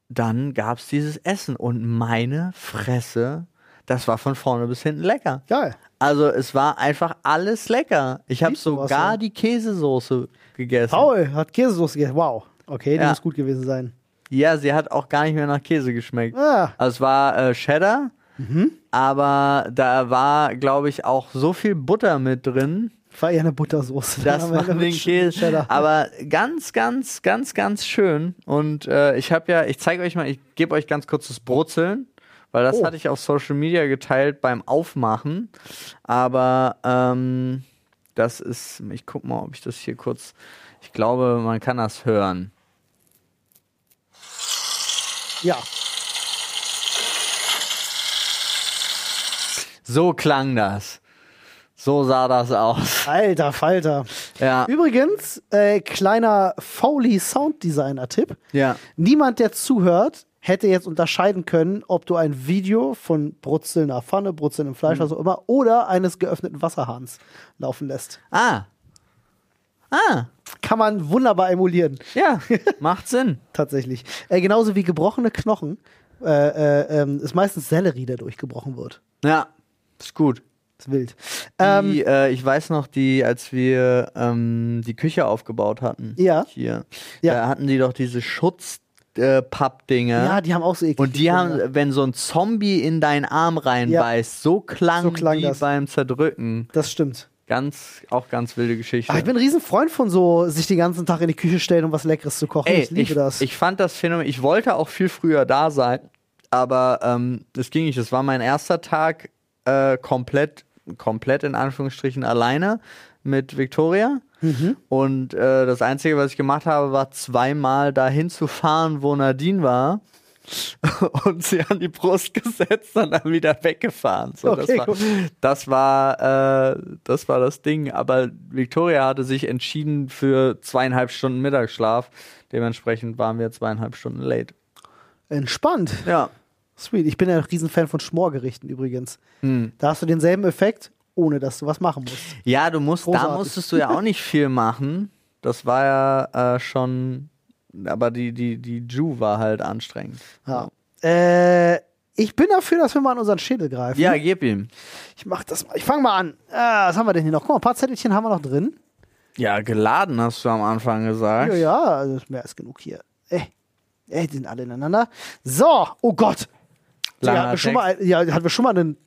B: dann gab es dieses Essen und meine Fresse, das war von vorne bis hinten lecker.
A: Geil.
B: Also es war einfach alles lecker. Ich habe
A: Siehst du was,
B: sogar
A: ja?
B: die Käsesoße gegessen.
A: Paul hat Käsesoße gegessen. Wow. Okay, die
B: Ja.
A: muss gut gewesen sein.
B: Ja, sie hat auch gar nicht mehr nach Käse geschmeckt.
A: Ah.
B: Also es war äh, Cheddar, aber da war, glaube ich, auch so viel Butter mit drin.
A: War eher eine Buttersoße.
B: Das
A: Dann haben wir
B: macht
A: damit
B: den
A: Sch-
B: Käse.
A: Cheddar.
B: Aber ganz, ganz, ganz, ganz schön. Und äh, ich habe ja, ich zeige euch mal, ich gebe euch ganz kurz das Brutzeln, weil das
A: Oh.
B: hatte ich auf Social Media geteilt beim Aufmachen. Aber ähm, das ist, ich guck mal, ob ich das hier kurz, ich glaube, man kann das hören.
A: Ja.
B: So klang das. So sah das aus.
A: Alter Falter.
B: Ja.
A: Übrigens, äh, kleiner Foley Sounddesigner-Tipp.
B: Ja.
A: Niemand, der zuhört, hätte jetzt unterscheiden können, ob du ein Video von brutzelnder Pfanne, brutzelndem Fleisch,
B: Hm.
A: was auch immer, oder eines geöffneten Wasserhahns laufen lässt.
B: Ah. Ah.
A: Kann man wunderbar emulieren,
B: Ja. Macht Sinn.
A: tatsächlich. Äh, genauso wie gebrochene Knochen äh, äh, ähm, ist meistens Sellerie, der durchgebrochen wird.
B: Ja. Ist gut.
A: Ist wild. Ähm,
B: Die, äh, ich weiß noch, die, als wir ähm, die Küche aufgebaut hatten.
A: Ja.
B: Hier.
A: Ja.
B: Da hatten die doch diese Schutzpappdinge. Äh, Pappdinger.
A: ja, die haben auch so eklig.
B: Und die haben, wenn so ein Zombie in deinen Arm reinbeißt, so klang,
A: So klang
B: die
A: das.
B: beim Zerdrücken.
A: Das stimmt.
B: Ganz, auch ganz wilde Geschichte.
A: Aber ich bin ein riesen Freund von so, sich den ganzen Tag in die Küche stellen, um was Leckeres zu kochen.
B: Ey,
A: ich liebe
B: ich,
A: das.
B: ich fand das Phänomen, ich wollte auch viel früher da sein, aber ähm, das ging nicht. Das war mein erster Tag äh, komplett, komplett in Anführungsstrichen alleine mit Victoria.
A: Mhm.
B: Und äh, das Einzige, was ich gemacht habe, war zweimal dahin zu fahren, wo Nadine war. und sie an die Brust gesetzt und dann wieder weggefahren. So,
A: Okay,
B: das, war,
A: gut.
B: das, war, äh, das war das Ding. Aber Victoria hatte sich entschieden für zweieinhalb Stunden Mittagsschlaf. Dementsprechend waren wir zweieinhalb Stunden late.
A: Entspannt.
B: Ja.
A: Sweet. Ich bin ja ein Riesenfan von Schmorgerichten übrigens.
B: Hm.
A: Da hast du denselben Effekt, ohne dass du was machen musst.
B: Ja, du musst, da
A: Großartig.
B: musstest du ja auch nicht viel machen. Das war ja äh, schon. Aber die, die, die Ju war halt anstrengend.
A: Ja. Äh, ich bin dafür, dass wir mal an unseren Schädel greifen.
B: Ja, gib ihm.
A: Ich mach das mal. Ich fange mal an. Äh, was haben wir denn hier noch? Guck mal, ein paar Zettelchen haben wir noch drin.
B: Ja, geladen hast du am Anfang
A: Ja,
B: gesagt.
A: ja, also ist mehr als genug hier. Ey. Ey, die sind alle ineinander. So, oh Gott. Ja,
B: Langer
A: hatten wir schon
B: Text.
A: mal, ja, hatten wir schon mal einen.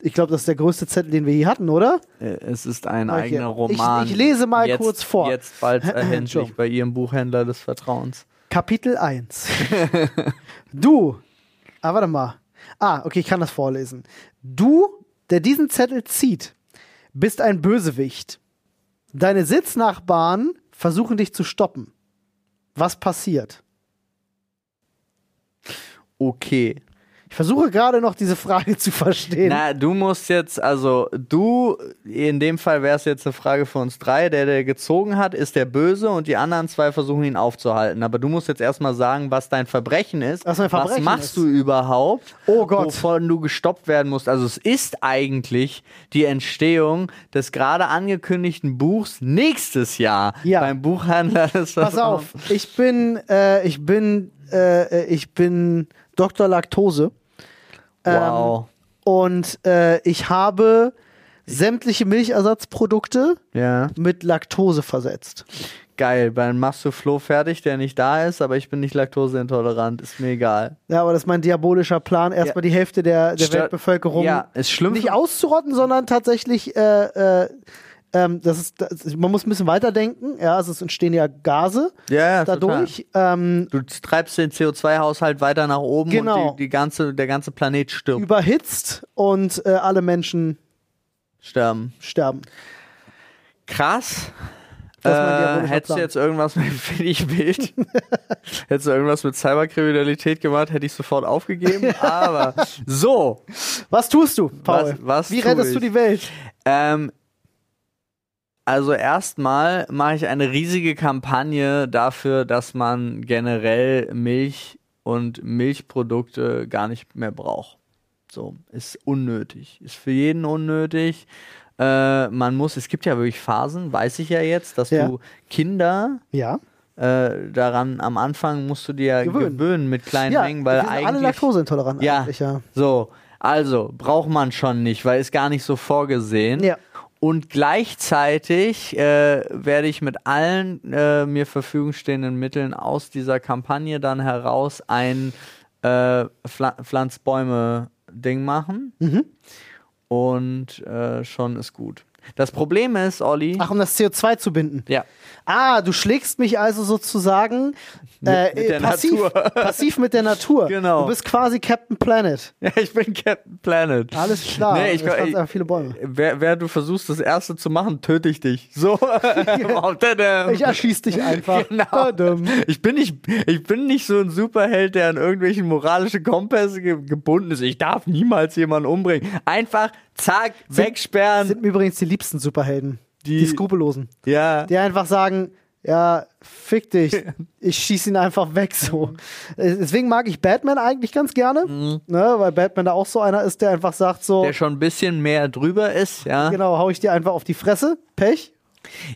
A: Ich glaube, das ist der größte Zettel, den wir hier hatten, oder?
B: Äh, Es ist ein
A: Okay.
B: eigener
A: Ich-
B: Roman.
A: ich lese mal
B: jetzt,
A: kurz vor.
B: Jetzt bald erhältlich
A: Entschuldigung.
B: bei Ihrem Buchhändler des Vertrauens.
A: Kapitel 1. du. Ah, warte mal. Ah, okay, ich kann das vorlesen. Du, der diesen Zettel zieht, bist ein Bösewicht. Deine Sitznachbarn versuchen dich zu stoppen. Was passiert?
B: Okay.
A: Ich versuche gerade noch diese Frage zu verstehen.
B: Na, du musst jetzt, also du, in dem Fall wäre es jetzt eine Frage für uns drei, der, der gezogen hat, ist der Böse und die anderen zwei versuchen ihn aufzuhalten. Aber du musst jetzt erstmal sagen, was dein Verbrechen ist.
A: Was mein Verbrechen
B: machst
A: ist.
B: du überhaupt?
A: Oh Gott.
B: Wovon du gestoppt werden musst. Also es ist eigentlich die Entstehung des gerade angekündigten Buchs nächstes Jahr
A: Ja.
B: beim Buchhandler des
A: Pass auf, ich bin, äh, ich bin, äh, ich bin Dr. Laktose. Ähm,
B: Wow.
A: Und äh, ich habe sämtliche Milchersatzprodukte
B: ja.
A: mit Laktose versetzt.
B: Geil, dann machst du Flo fertig, der nicht da ist, aber ich bin nicht laktoseintolerant, ist mir egal.
A: Ja, aber das ist mein diabolischer Plan, erstmal die Hälfte der, der
B: Stört-
A: Weltbevölkerung
B: Ja, ist schlimm.
A: nicht auszurotten, sondern tatsächlich, äh, äh, ähm, das ist, das ist, man muss ein bisschen weiterdenken. Ja, also es entstehen ja Gase
B: ja, ja,
A: dadurch. Ähm,
B: Total. Du treibst den CO2-Haushalt weiter nach oben
A: Genau.
B: und die, die ganze, der ganze Planet stirbt.
A: überhitzt und äh, alle Menschen
B: Sterben.
A: sterben.
B: Krass. Äh,
A: Das ist mein diabolischer
B: hättest du
A: Plan.
B: jetzt irgendwas mit Felix Bild, hättest du irgendwas mit Cyberkriminalität gemacht, hätte ich sofort aufgegeben. Aber so,
A: Was tust du, Paul?
B: Was- was
A: Wie
B: tu
A: rettest du
B: ich?
A: die Welt?
B: Ähm, also erstmal mache ich eine riesige Kampagne dafür, dass man generell Milch und Milchprodukte gar nicht mehr braucht. So, ist unnötig. Ist für jeden unnötig. Äh, man muss, es gibt ja wirklich Phasen, weiß ich ja jetzt, dass
A: Ja.
B: du Kinder
A: Ja.
B: äh, daran am Anfang musst du dir gewöhnen,
A: Gewöhnen.
B: mit kleinen
A: ja,
B: Mengen, weil
A: wir sind
B: eigentlich
A: alle laktoseintolerant
B: ja.
A: eigentlich, ja.
B: So, also braucht man schon nicht, weil ist gar nicht so vorgesehen.
A: Ja.
B: Und gleichzeitig äh, werde ich mit allen äh, mir Verfügung stehenden Mitteln aus dieser Kampagne dann heraus ein äh, Pfla Pflanzbäume-Ding machen.
A: Mhm.
B: Und äh, schon ist gut. Das Problem ist, Olli.
A: Ach, um das CO2 zu binden.
B: Ja.
A: Ah, du schlägst mich also sozusagen äh,
B: mit der
A: äh, passiv,
B: Natur.
A: passiv mit der Natur.
B: Genau.
A: Du bist quasi Captain Planet.
B: ja, ich bin Captain Planet.
A: Alles klar.
B: Nee, ich,
A: Du pflanzt
B: ich,
A: einfach viele Bäume.
B: Wer, wer du versuchst, das erste zu machen, töte ich dich. So. Tadam.
A: Ich erschieß dich einfach.
B: Genau.
A: Dadum.
B: Ich bin, nicht, ich bin nicht so ein Superheld, der an irgendwelchen moralischen Kompasse ge gebunden ist. Ich darf niemals jemanden umbringen. Einfach zack,
A: Sind-
B: wegsperren.
A: Sind mir übrigens die liebsten Superhelden. Die,
B: Die-
A: Skrupellosen.
B: ja.
A: Die einfach sagen, ja, fick dich. Ich schieß ihn einfach weg so. Äh, Deswegen mag ich Batman eigentlich ganz gerne, ne, weil Batman da auch so einer ist, der einfach sagt so,
B: der schon ein bisschen mehr drüber ist, ja.
A: genau, hau ich dir einfach auf die Fresse. Pech.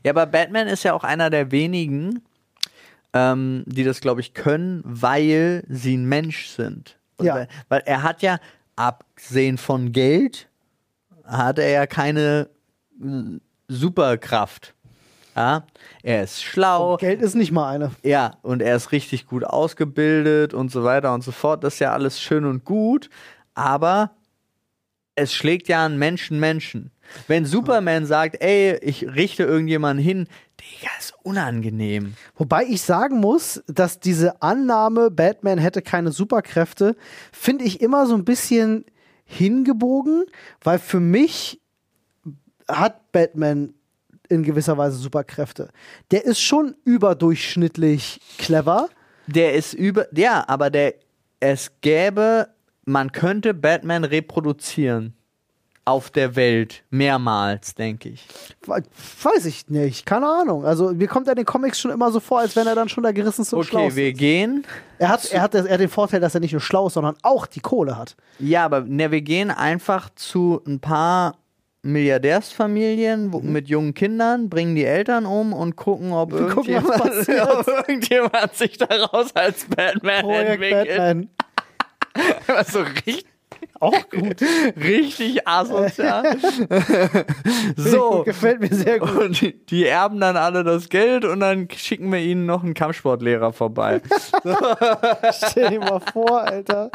B: Ja, aber Batman ist ja auch einer der wenigen, ähm, die das, glaube ich, können, weil sie ein Mensch sind. Und
A: Ja.
B: Weil, weil er hat ja, abgesehen von Geld, hat er ja keine mh, Superkraft. Ja? Er ist schlau,
A: Geld ist nicht mal eine.
B: ja, und er ist richtig gut ausgebildet und so weiter und so fort. Das ist ja alles schön und gut, aber es schlägt ja einen Menschen Menschen. Wenn Superman sagt, ey, ich richte irgendjemanden hin, Digga, ist unangenehm.
A: Wobei ich sagen muss, dass diese Annahme, Batman hätte keine Superkräfte, finde ich immer so ein bisschen hingebogen, weil für mich hat Batman in gewisser Weise Superkräfte. Der ist schon überdurchschnittlich clever.
B: Der ist über, ja, aber der, es gäbe, man könnte Batman reproduzieren. Auf der Welt. Mehrmals, denke ich.
A: We- Weiß ich nicht, keine Ahnung. Also mir kommt er in den Comics schon immer so vor, als wenn er dann schon da gerissenste und schlau
B: Okay,
A: ist.
B: wir gehen.
A: Er hat, er, hat, er hat den Vorteil, dass er nicht nur schlau ist, sondern auch die Kohle hat.
B: Ja, aber ne, wir gehen einfach zu ein paar Milliardärsfamilien
A: Mhm.
B: wo, mit jungen Kindern, bringen die Eltern um und gucken, ob,
A: gucken, was
B: irgendjemand,
A: passiert.
B: ob irgendjemand sich daraus als Batman
A: Projekt
B: entwickelt.
A: Batman.
B: Also richtig,
A: Auch gut.
B: richtig asozial.
A: So.
B: so.
A: Gefällt mir sehr gut.
B: Und die, die erben dann alle das Geld und dann schicken wir ihnen noch einen Kampfsportlehrer vorbei.
A: Stell dir mal vor, Alter.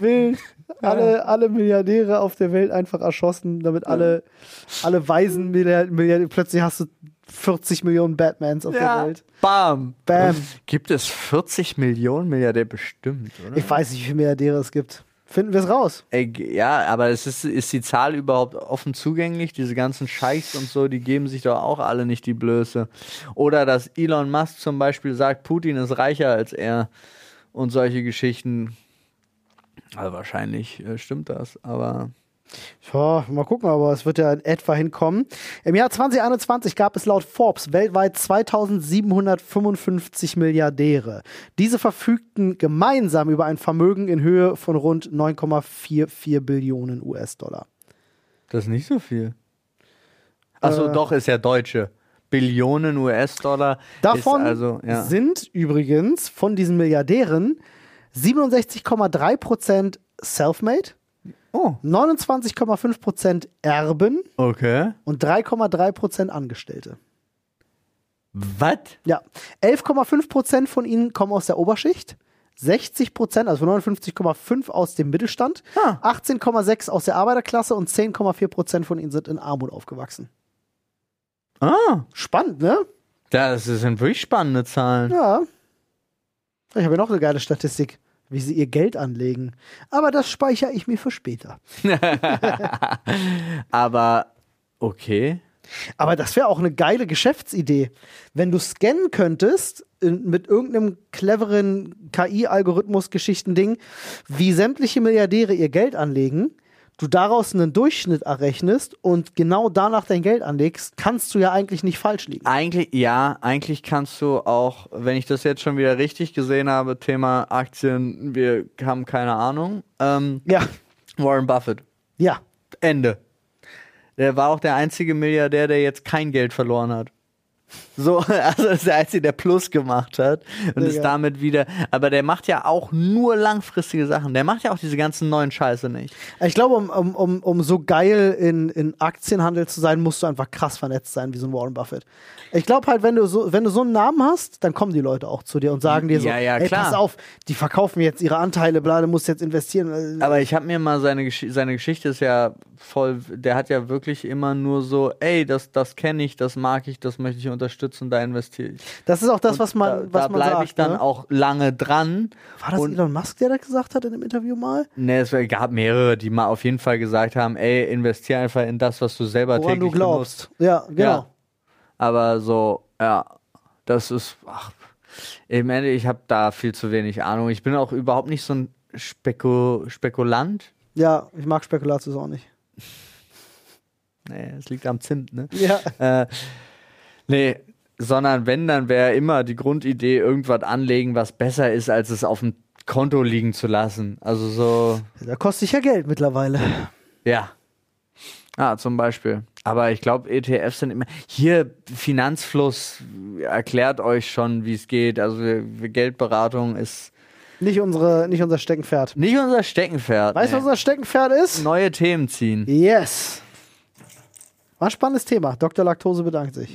A: Wild. Alle, alle Milliardäre auf der Welt einfach erschossen, damit alle, alle weisen Milliardäre, Milliardäre, plötzlich hast du 40 Millionen Batmans auf der Welt.
B: Bam.
A: Bam.
B: Gibt es 40 Millionen Milliardär bestimmt, oder?
A: Ich weiß nicht, wie viele Milliardäre es gibt. Finden wir es raus.
B: Ey, g- ja, aber es ist, ist die Zahl überhaupt offen zugänglich? Diese ganzen Scheichs und so, die geben sich doch auch alle nicht die Blöße. Oder dass Elon Musk zum Beispiel sagt, Putin ist reicher als er und solche Geschichten. Also wahrscheinlich äh, stimmt das, aber
A: Ja, mal gucken, aber es wird ja in etwa hinkommen. Im Jahr 2021 gab es laut Forbes weltweit 2755 Milliardäre. Diese verfügten gemeinsam über ein Vermögen in Höhe von rund 9,44 Billionen US-Dollar.
B: das ist nicht so viel. Achso,
A: Äh.
B: doch, ist ja Deutsche. Billionen US-Dollar.
A: Davon
B: ist also, ja.
A: sind übrigens von diesen Milliardären 67,3% self-made,
B: Oh,
A: 29,5% Erben
B: okay.
A: und 3,3% Angestellte.
B: Was?
A: Ja, 11,5% von ihnen kommen aus der Oberschicht. 60 Prozent, also 59,5 aus dem Mittelstand,
B: Ah.
A: 18,6 aus der Arbeiterklasse und 10,4 Prozent von ihnen sind in Armut aufgewachsen.
B: Ah,
A: Spannend, ne?
B: das sind wirklich spannende Zahlen.
A: Ja. Ich habe ja noch eine geile Statistik, wie sie ihr Geld anlegen. Aber das speichere ich mir für später.
B: Aber okay.
A: Aber das wäre auch eine geile Geschäftsidee. Wenn du scannen könntest, in, mit irgendeinem cleveren KI-Algorithmus-Geschichten-Ding, wie sämtliche Milliardäre ihr Geld anlegen, du daraus einen Durchschnitt errechnest und genau danach dein Geld anlegst, kannst du ja eigentlich nicht falsch liegen.
B: Eigentlich, ja, eigentlich kannst du auch, wenn ich das jetzt schon wieder richtig gesehen habe, Thema Aktien, wir haben keine Ahnung. Ähm,
A: Ja,
B: Warren Buffett.
A: ja.
B: Ende. Der war auch der einzige Milliardär, der jetzt kein Geld verloren hat. So, also das ist der Einzige, der Plus gemacht hat und
A: Digga.
B: ist damit wieder. Aber der macht ja auch nur langfristige Sachen. Der macht ja auch diese ganzen neuen Scheiße nicht.
A: Ich glaube, um, um, um, um so geil in, in Aktienhandel zu sein, musst du einfach krass vernetzt sein, wie so ein Warren Buffett. Ich glaube halt, wenn du, so, wenn du so einen Namen hast, dann kommen die Leute auch zu dir und sagen dir so,
B: Ja, ja,
A: ey,
B: klar.
A: pass auf, die verkaufen jetzt ihre Anteile, bla, du musst jetzt investieren. Äh,
B: Aber ich habe mir mal seine, Gesch seine Geschichte ist ja voll, der hat ja wirklich immer nur so, ey, das, das kenne ich, das mag ich, das möchte ich unterstützen, da investiere ich.
A: Das ist auch das, was man,
B: da
A: was
B: da
A: man
B: bleibe
A: sagt.
B: ich dann
A: ne?
B: auch lange dran.
A: War das
B: und-
A: Elon Musk, der das gesagt hat in dem Interview mal?
B: Ne, es gab mehrere, die mal auf jeden Fall gesagt haben, ey, investier einfach in das, was du selber
A: Woran du
B: täglich
A: glaubst.
B: benutzt.
A: Ja, genau.
B: Ja. Aber so, ja, das ist, ach, im Ende, ich habe da viel zu wenig Ahnung. Ich bin auch überhaupt nicht so ein Speko Spekulant.
A: Ja, ich mag Spekulatius auch nicht.
B: Nee, es liegt am Zimt, ne?
A: Ja.
B: Äh, nee, sondern wenn, dann wäre immer die Grundidee, irgendwas anlegen, was besser ist, als es auf dem Konto liegen zu lassen. Also so,
A: Da kostet ich ja Geld mittlerweile.
B: ja. Ah, zum Beispiel. Aber ich glaube, ETFs sind immer. Hier, Finanzfluss erklärt euch schon, wie es geht. Also wir- wir- Geldberatung ist
A: Nicht, unsere, nicht unser Steckenpferd.
B: nicht unser Steckenpferd.
A: Weißt du, was
B: nee.
A: unser Steckenpferd ist?
B: Neue Themen ziehen.
A: Yes. War ein spannendes Thema. Dr. Laktose bedankt sich.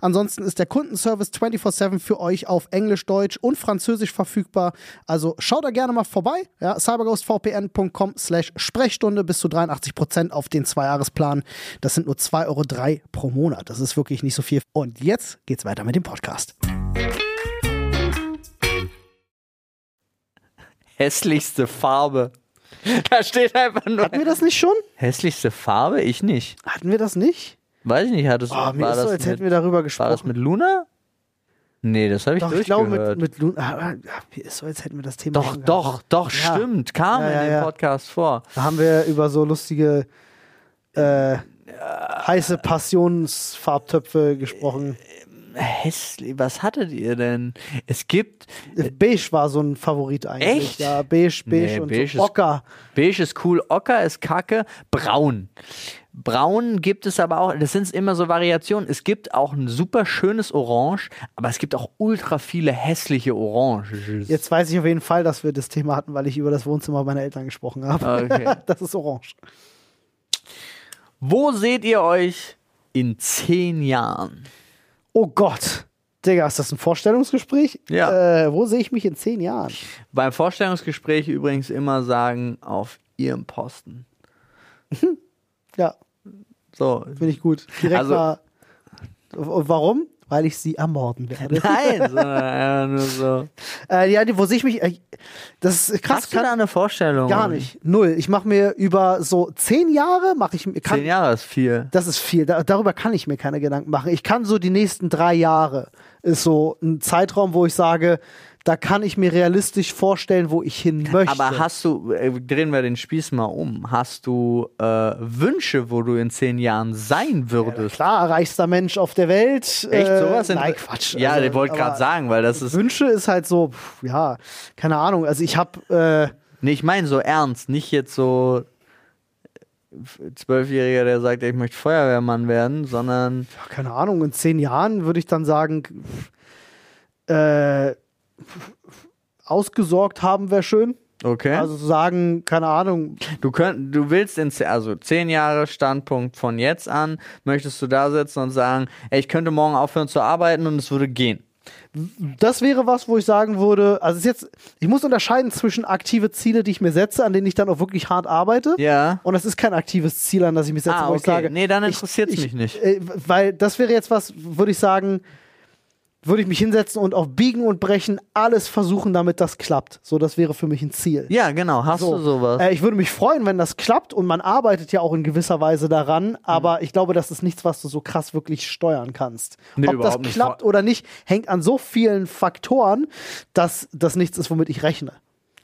A: Ansonsten ist der Kundenservice 24-7 für euch auf Englisch, Deutsch und Französisch verfügbar. Also schaut da gerne mal vorbei. Ja, cyberghostvpn.com slash Sprechstunde bis zu 83% auf den Zweijahresplan. Das sind nur 2,03 Euro pro Monat. Das ist wirklich nicht so viel. Und jetzt geht's weiter mit dem Podcast.
B: Hässlichste Farbe. Da steht einfach nur.
A: Hatten wir das nicht schon?
B: Hässlichste Farbe? Ich nicht.
A: Hatten wir das nicht?
B: Weiß ich nicht, hattest du.
A: Oh, mir
B: war
A: ist so,
B: das
A: als
B: mit-
A: hätten wir darüber
B: War das
A: gesprochen.
B: mit Luna? Nee, das habe ich
A: doch, ich glaube,
B: durchgehört.
A: mit, mit Luna. ah, ah, Mir ist so, als hätten wir das Thema.
B: doch,
A: schon gehabt.
B: doch, doch,
A: Ja.
B: stimmt. Kam
A: Ja, ja,
B: in dem
A: ja.
B: Podcast vor.
A: Da haben wir über so lustige äh, heiße Passionsfarbtöpfe gesprochen.
B: Hässlich, was hattet ihr denn? Es gibt,
A: Beige war so ein Favorit eigentlich.
B: Äh, Echt?
A: Ja, beige, beige
B: Nee,
A: und
B: beige
A: so.
B: ist-
A: Ocker.
B: beige ist cool, ocker ist kacke, braun. Braun gibt es aber auch, das sind immer so Variationen. Es gibt auch ein super schönes Orange, aber es gibt auch ultra viele hässliche Oranges.
A: Jetzt weiß ich auf jeden Fall, dass wir das Thema hatten, weil ich über das Wohnzimmer meiner Eltern gesprochen habe.
B: Ah, Okay.
A: das ist orange.
B: Wo seht ihr euch in zehn Jahren?
A: Oh Gott. Digga, ist das ein Vorstellungsgespräch?
B: Ja.
A: Äh, wo sehe ich mich in zehn Jahren?
B: Beim Vorstellungsgespräch übrigens immer sagen, auf ihrem Posten.
A: Ja,
B: So,
A: finde ich gut. Direkt
B: Also-
A: mal. Und warum? Weil ich sie ermorden werde.
B: Nein, sondern einfach nur so.
A: Äh, ja, die- wo sehe ich mich? Äh, das ist krass.
B: Hast du da eine Vorstellung?
A: Gar nicht. Null. Ich mache mir über so zehn Jahre, mache ich mir. kann-
B: Zehn Jahre ist viel.
A: Das ist viel. Da, darüber kann ich mir keine Gedanken machen. Ich kann so die nächsten drei Jahre ist so ein Zeitraum, wo ich sage, da kann ich mir realistisch vorstellen, wo ich hin möchte.
B: Aber hast du, äh, drehen wir den Spieß mal um, hast du äh, Wünsche, wo du in zehn Jahren sein würdest?
A: Klar, reichster Mensch auf der Welt.
B: Echt, sowas?
A: Äh,
B: in-
A: nein, Quatsch.
B: Ja,
A: Also,
B: ich wollte gerade
A: aber
B: sagen, weil das ist,
A: Wünsche ist halt so, pff, ja, keine Ahnung. Also ich habe, äh,
B: nee, ich meine so ernst, nicht jetzt so Zwölfjähriger, der sagt, ich möchte Feuerwehrmann werden, sondern
A: ja, keine Ahnung, in zehn Jahren würde ich dann sagen, pff, äh, pff, ausgesorgt haben wäre schön.
B: okay.
A: Also zu sagen, keine Ahnung,
B: Du, könnt, du willst in ze- also zehn Jahre Standpunkt von jetzt an, möchtest du da sitzen und sagen, ey, ich könnte morgen aufhören zu arbeiten und es würde gehen.
A: das wäre was, wo ich sagen würde, also es ist jetzt, ich muss unterscheiden zwischen aktive Ziele, die ich mir setze, an denen ich dann auch wirklich hart arbeite.
B: Ja.
A: Und das ist kein aktives Ziel, an das ich mich setze,
B: Ah,
A: wo ich
B: okay.
A: sage.
B: Nee, dann
A: ich-
B: interessiert's
A: ich-
B: mich nicht.
A: Äh, weil das wäre jetzt was, würde ich sagen, würde ich mich hinsetzen und auf Biegen und Brechen alles versuchen, damit das klappt. So, das wäre für mich ein Ziel.
B: Ja, genau. Hast du sowas?
A: Äh, ich würde mich freuen, wenn das klappt und man arbeitet ja auch in gewisser Weise
B: Mhm.
A: daran, aber ich glaube, das ist nichts, was du so krass wirklich steuern kannst.
B: Nee,
A: Ob das
B: überhaupt nicht.
A: klappt oder nicht, hängt an so vielen Faktoren, dass das nichts ist, womit ich rechne.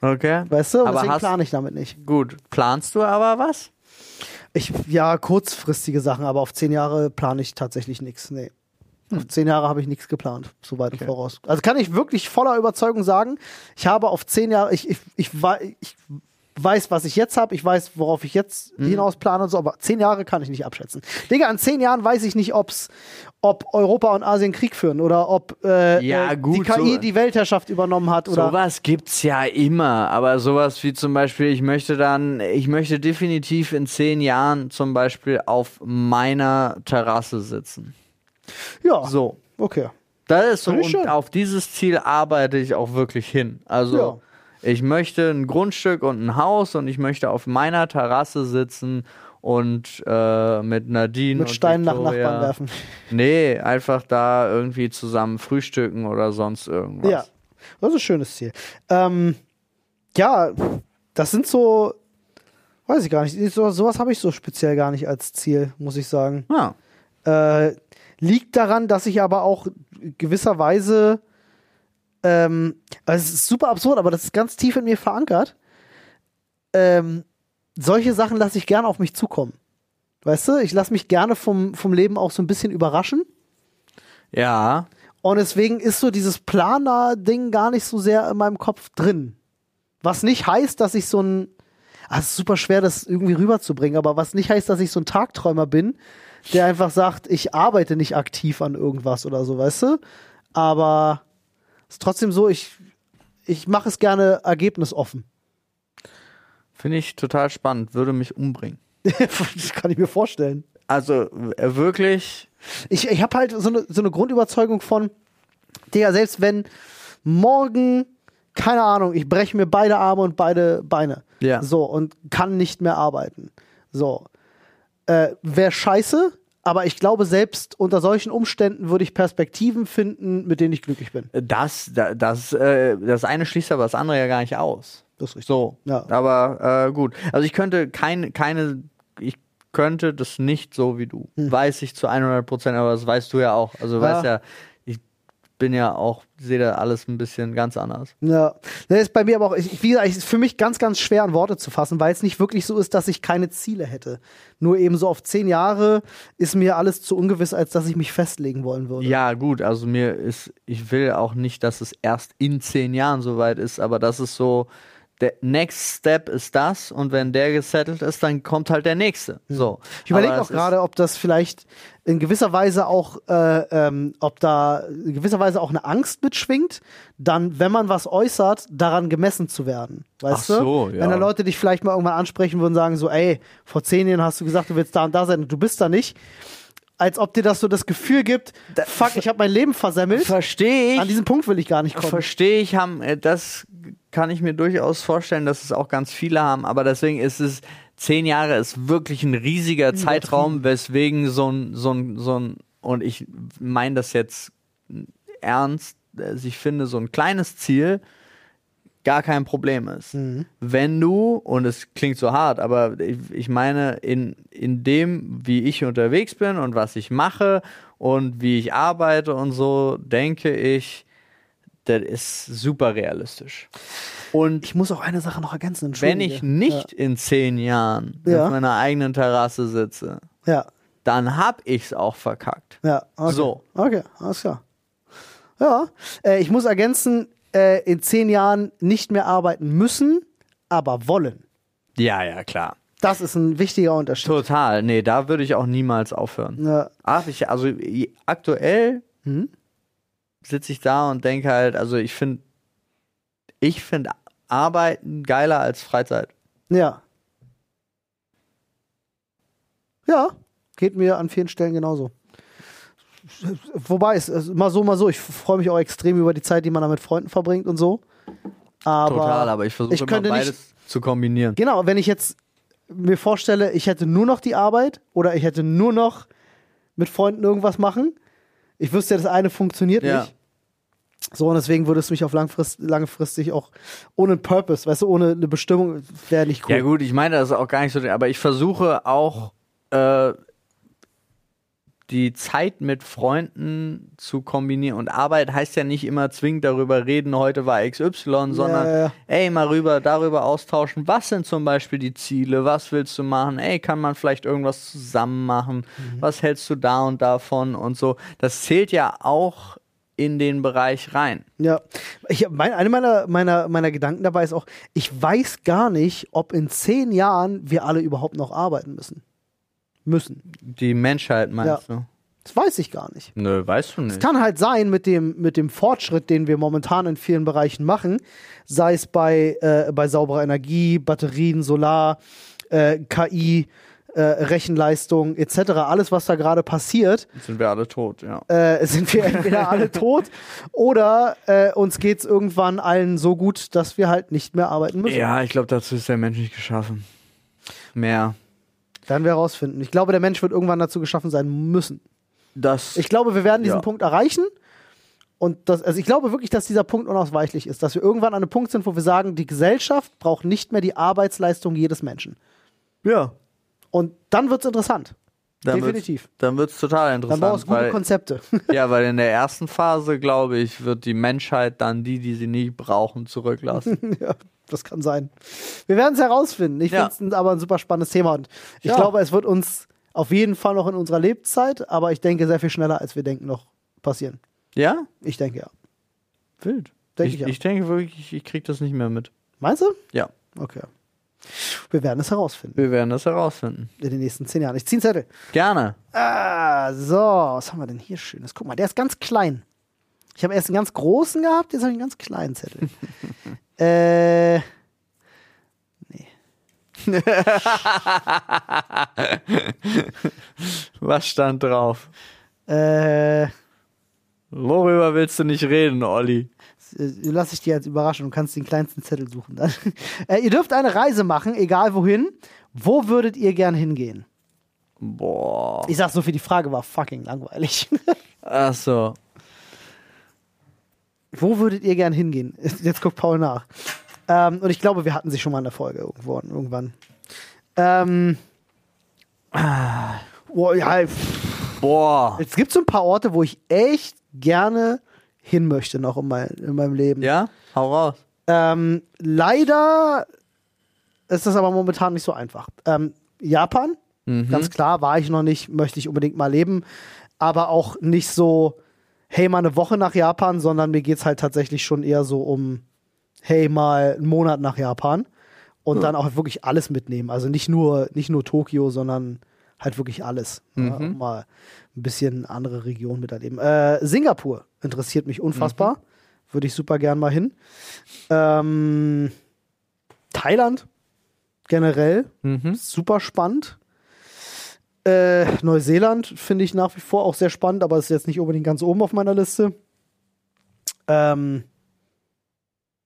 B: Äh, Okay.
A: Weißt du? Und
B: aber
A: deswegen
B: hast,
A: plane ich damit nicht.
B: gut, planst du aber was?
A: Ich, ja, kurzfristige Sachen, aber auf zehn Jahre plane ich tatsächlich nichts. Nee.
B: Hm.
A: Auf zehn Jahre habe ich nichts geplant, so weit im voraus. Also kann ich wirklich voller Überzeugung sagen, ich habe auf zehn Jahre, ich, ich, ich, wei- ich weiß, was ich jetzt habe, ich weiß, worauf ich jetzt
B: Hm.
A: hinaus plane und so, aber zehn Jahre kann ich nicht abschätzen. Digga, an zehn Jahren weiß ich nicht, ob's, ob Europa und Asien Krieg führen oder ob äh,
B: Ja,
A: äh, die
B: gut,
A: KI
B: so-
A: die Weltherrschaft übernommen hat oder
B: Sowas gibt's ja immer, aber sowas wie zum Beispiel, ich möchte dann, ich möchte definitiv in zehn Jahren zum Beispiel auf meiner Terrasse sitzen.
A: ja,
B: So.
A: okay.
B: Das ist so,
A: Finde ich
B: und
A: schön.
B: auf dieses Ziel arbeite ich auch wirklich hin. Also, ich möchte ein Grundstück und ein Haus und ich möchte auf meiner Terrasse sitzen und äh, mit Nadine.
A: Mit
B: und
A: Steinen nach
B: Victoria-
A: Nachbarn werfen.
B: Nee, einfach da irgendwie zusammen frühstücken oder sonst irgendwas.
A: Ja, das ist ein schönes Ziel. Ähm, ja, das sind so, weiß ich gar nicht, so, sowas habe ich so speziell gar nicht als Ziel, muss ich sagen.
B: Ja.
A: Äh, liegt daran, dass ich aber auch gewisserweise, ähm, also es ist super absurd, aber das ist ganz tief in mir verankert. Ähm, solche Sachen lasse ich gerne auf mich zukommen. Weißt du, ich lasse mich gerne vom, vom Leben auch so ein bisschen überraschen.
B: ja.
A: Und deswegen ist so dieses Planer-Ding gar nicht so sehr in meinem Kopf drin. Was nicht heißt, dass ich so ein. Ah, es ist super schwer, das irgendwie rüberzubringen, aber was nicht heißt, dass ich so ein Tagträumer bin, der einfach sagt, ich arbeite nicht aktiv an irgendwas oder so, weißt du? Aber es ist trotzdem so, ich, ich mache es gerne ergebnisoffen.
B: Finde ich total spannend, würde mich umbringen.
A: das kann ich mir vorstellen.
B: Also w- wirklich,
A: Ich, ich habe halt so eine so eine Grundüberzeugung von, Digga, selbst wenn morgen, keine Ahnung, ich breche mir beide Arme und beide Beine.
B: Ja.
A: So, und kann nicht mehr arbeiten. So. Äh, Wäre scheiße, aber ich glaube, selbst unter solchen Umständen würde ich Perspektiven finden, mit denen ich glücklich bin.
B: das, da- das, äh, das eine schließt aber das andere ja gar nicht aus.
A: Das ist richtig.
B: So,
A: Ja.
B: aber äh, gut. Also ich könnte kein, keine, ich könnte das nicht so wie du. Weiß ich zu 100 Prozent, aber das weißt du ja auch. Also du
A: Hm. Ja.
B: weißt ja, ich bin ja auch, sehe da alles ein bisschen ganz anders.
A: Ja, das ist bei mir aber auch, ich, wie gesagt, es ist für mich ganz, ganz schwer in Worte zu fassen, weil es nicht wirklich so ist, dass ich keine Ziele hätte. Nur eben so auf zehn Jahre ist mir alles zu ungewiss, als dass ich mich festlegen wollen würde.
B: Ja, gut, also mir ist, ich will auch nicht, dass es erst in zehn Jahren soweit ist, aber das ist so, der next step ist das und wenn der gesettelt ist, dann kommt halt der nächste. So.
A: Hm. Ich überlege
B: Aber
A: auch
B: das ist-
A: gerade, ob das vielleicht in gewisser Weise auch, äh, ähm, ob da in gewisser Weise auch eine Angst mitschwingt, dann, wenn man was äußert, daran gemessen zu werden. Weißt
B: Ach so,
A: du?
B: ja.
A: Wenn da Leute dich vielleicht mal irgendwann ansprechen würden und sagen so, ey, vor zehn Jahren hast du gesagt, du willst da und da sein und du bist da nicht. Als ob dir das so das Gefühl gibt, fuck, ich habe mein Leben versemmelt.
B: Verstehe ich.
A: An diesen Punkt will ich gar nicht kommen.
B: Verstehe ich, haben, äh, das kann ich mir durchaus vorstellen, dass es auch ganz viele haben, aber deswegen ist es, zehn Jahre ist wirklich ein riesiger Zeitraum, weswegen so ein, so ein, so ein, und ich meine das jetzt ernst, also ich finde so ein kleines Ziel gar kein Problem ist.
A: Mhm.
B: Wenn du, und es klingt so hart, aber ich, ich meine, in, in dem, wie ich unterwegs bin und was ich mache und wie ich arbeite und so, denke ich, das ist super realistisch. Und
A: Ich muss auch eine Sache noch ergänzen.
B: wenn
A: entschuldige.
B: ich nicht in zehn Jahren
A: Ja.
B: auf meiner eigenen Terrasse sitze,
A: Ja,
B: dann hab ich's auch verkackt.
A: Ja, okay.
B: So.
A: Okay, alles klar. Ja, äh, ich muss ergänzen, äh, in zehn Jahren nicht mehr arbeiten müssen, aber wollen.
B: Ja, ja, klar.
A: Das ist ein wichtiger Unterschied.
B: Total. Nee, da würde ich auch niemals aufhören.
A: Ja,
B: Ach, ich, also i- aktuell sitze ich da und denke halt, also ich finde, ich finde Arbeiten geiler als Freizeit.
A: ja. Ja, geht mir an vielen Stellen genauso. Wobei, es ist mal so, mal so. Ich freue mich auch extrem über die Zeit, die man da mit Freunden verbringt und so. Aber
B: Total, aber ich versuche
A: ich
B: immer
A: könnte nicht-
B: beides zu kombinieren.
A: Genau, wenn ich jetzt mir vorstelle, ich hätte nur noch die Arbeit oder ich hätte nur noch mit Freunden irgendwas machen, ich wüsste ja, das eine funktioniert
B: Ja.
A: nicht. So, und deswegen würde es mich auf langfrist, langfristig auch ohne einen Purpose, weißt du, ohne eine Bestimmung, wäre nicht cool.
B: Ja gut, ich meine das ist auch gar nicht so, aber ich versuche auch äh, die Zeit mit Freunden zu kombinieren. Und Arbeit heißt ja nicht immer zwingend darüber reden, heute war XY, sondern
A: ja, ja.
B: ey, mal rüber, darüber austauschen, was sind zum Beispiel die Ziele, was willst du machen, ey, kann man vielleicht irgendwas zusammen machen,
A: Mhm.
B: was hältst du da und davon und so. Das zählt ja auch in den Bereich rein.
A: Ja, ich, hab- mein, eine meiner, meiner, meiner Gedanken dabei ist auch, ich weiß gar nicht, ob in zehn Jahren wir alle überhaupt noch arbeiten müssen. Müssen.
B: Die Menschheit meinst du?
A: Das weiß ich gar nicht.
B: Nö, weißt du nicht.
A: Kann halt sein, mit dem, mit dem Fortschritt, den wir momentan in vielen Bereichen machen, sei es bei, äh, bei sauberer Energie, Batterien, Solar, äh, KI, äh, Rechenleistung etc., alles, was da gerade passiert,
B: Sind wir alle tot, ja.
A: äh, sind wir entweder alle tot oder äh, uns geht es irgendwann allen so gut, dass wir halt nicht mehr arbeiten müssen.
B: Ja, ich glaube, dazu ist der Mensch nicht geschaffen. Mehr.
A: Werden wir herausfinden. Ich glaube, der Mensch wird irgendwann dazu geschaffen sein müssen.
B: Das
A: Ich glaube, wir werden diesen
B: Ja.
A: Punkt erreichen. Und das, also ich glaube wirklich, dass dieser Punkt unausweichlich ist, dass wir irgendwann an einem Punkt sind, wo wir sagen, die Gesellschaft braucht nicht mehr die Arbeitsleistung jedes Menschen.
B: ja.
A: Und dann wird es interessant.
B: Dann
A: Definitiv.
B: Wird's, dann wird es total
A: Dann
B: interessant.
A: braucht es gute
B: weil,
A: Konzepte.
B: ja, weil in der ersten Phase, glaube ich, wird die Menschheit dann die, die sie nicht brauchen, zurücklassen.
A: ja, das kann sein. Wir werden es herausfinden. Ich
B: Ja.
A: finde es aber ein super spannendes Thema. Und ich
B: Ja.
A: glaube, es wird uns auf jeden Fall noch in unserer Lebzeit, aber ich denke, sehr viel schneller, als wir denken, noch passieren.
B: ja?
A: Ich denke ja.
B: Wild.
A: Denk
B: ich,
A: ich auch.
B: ich denke wirklich, ich kriege das nicht mehr mit.
A: Meinst du?
B: Ja.
A: Okay. Wir werden es herausfinden
B: Wir werden das herausfinden.
A: in den nächsten zehn Jahren. Ich ziehe einen Zettel.
B: Gerne.
A: Ah, so, was haben wir denn hier Schönes? Guck mal, der ist ganz klein. Ich habe erst einen ganz großen gehabt, jetzt habe ich einen ganz kleinen Zettel. äh. Nee.
B: Was stand drauf?
A: Äh.
B: Worüber willst du nicht reden, Olli?
A: lasse ich dir als Überraschung. Du kannst den kleinsten Zettel suchen dann. äh, ihr dürft eine Reise machen, egal wohin. Wo würdet ihr gern hingehen?
B: Boah.
A: Ich sag so viel, die Frage war fucking langweilig.
B: Ach so.
A: Wo würdet ihr gern hingehen? Jetzt guckt Paul nach. Ähm, und ich glaube, wir hatten sie schon mal in der Folge irgendwo, irgendwann. Ähm, ah, boah, ja, pff,
B: Boah.
A: es gibt so ein paar Orte, wo ich echt gerne hin möchte noch in, mein, in meinem Leben.
B: Ja? Hau raus.
A: Ähm, leider ist das aber momentan nicht so einfach. Ähm, Japan, ganz klar, war ich noch nicht, möchte ich unbedingt mal leben, aber auch nicht so, hey, mal eine Woche nach Japan, sondern mir geht es halt tatsächlich schon eher so um, hey, mal einen Monat nach Japan und dann auch wirklich alles mitnehmen. Also nicht nur, nicht nur Tokio, sondern halt wirklich alles. Ja, auch mal ein bisschen andere Regionen miterleben. Äh, Singapur interessiert mich unfassbar. Würde ich super gern mal hin. Ähm, Thailand generell super spannend. Äh, Neuseeland finde ich nach wie vor auch sehr spannend, aber ist jetzt nicht unbedingt ganz oben auf meiner Liste. Ähm,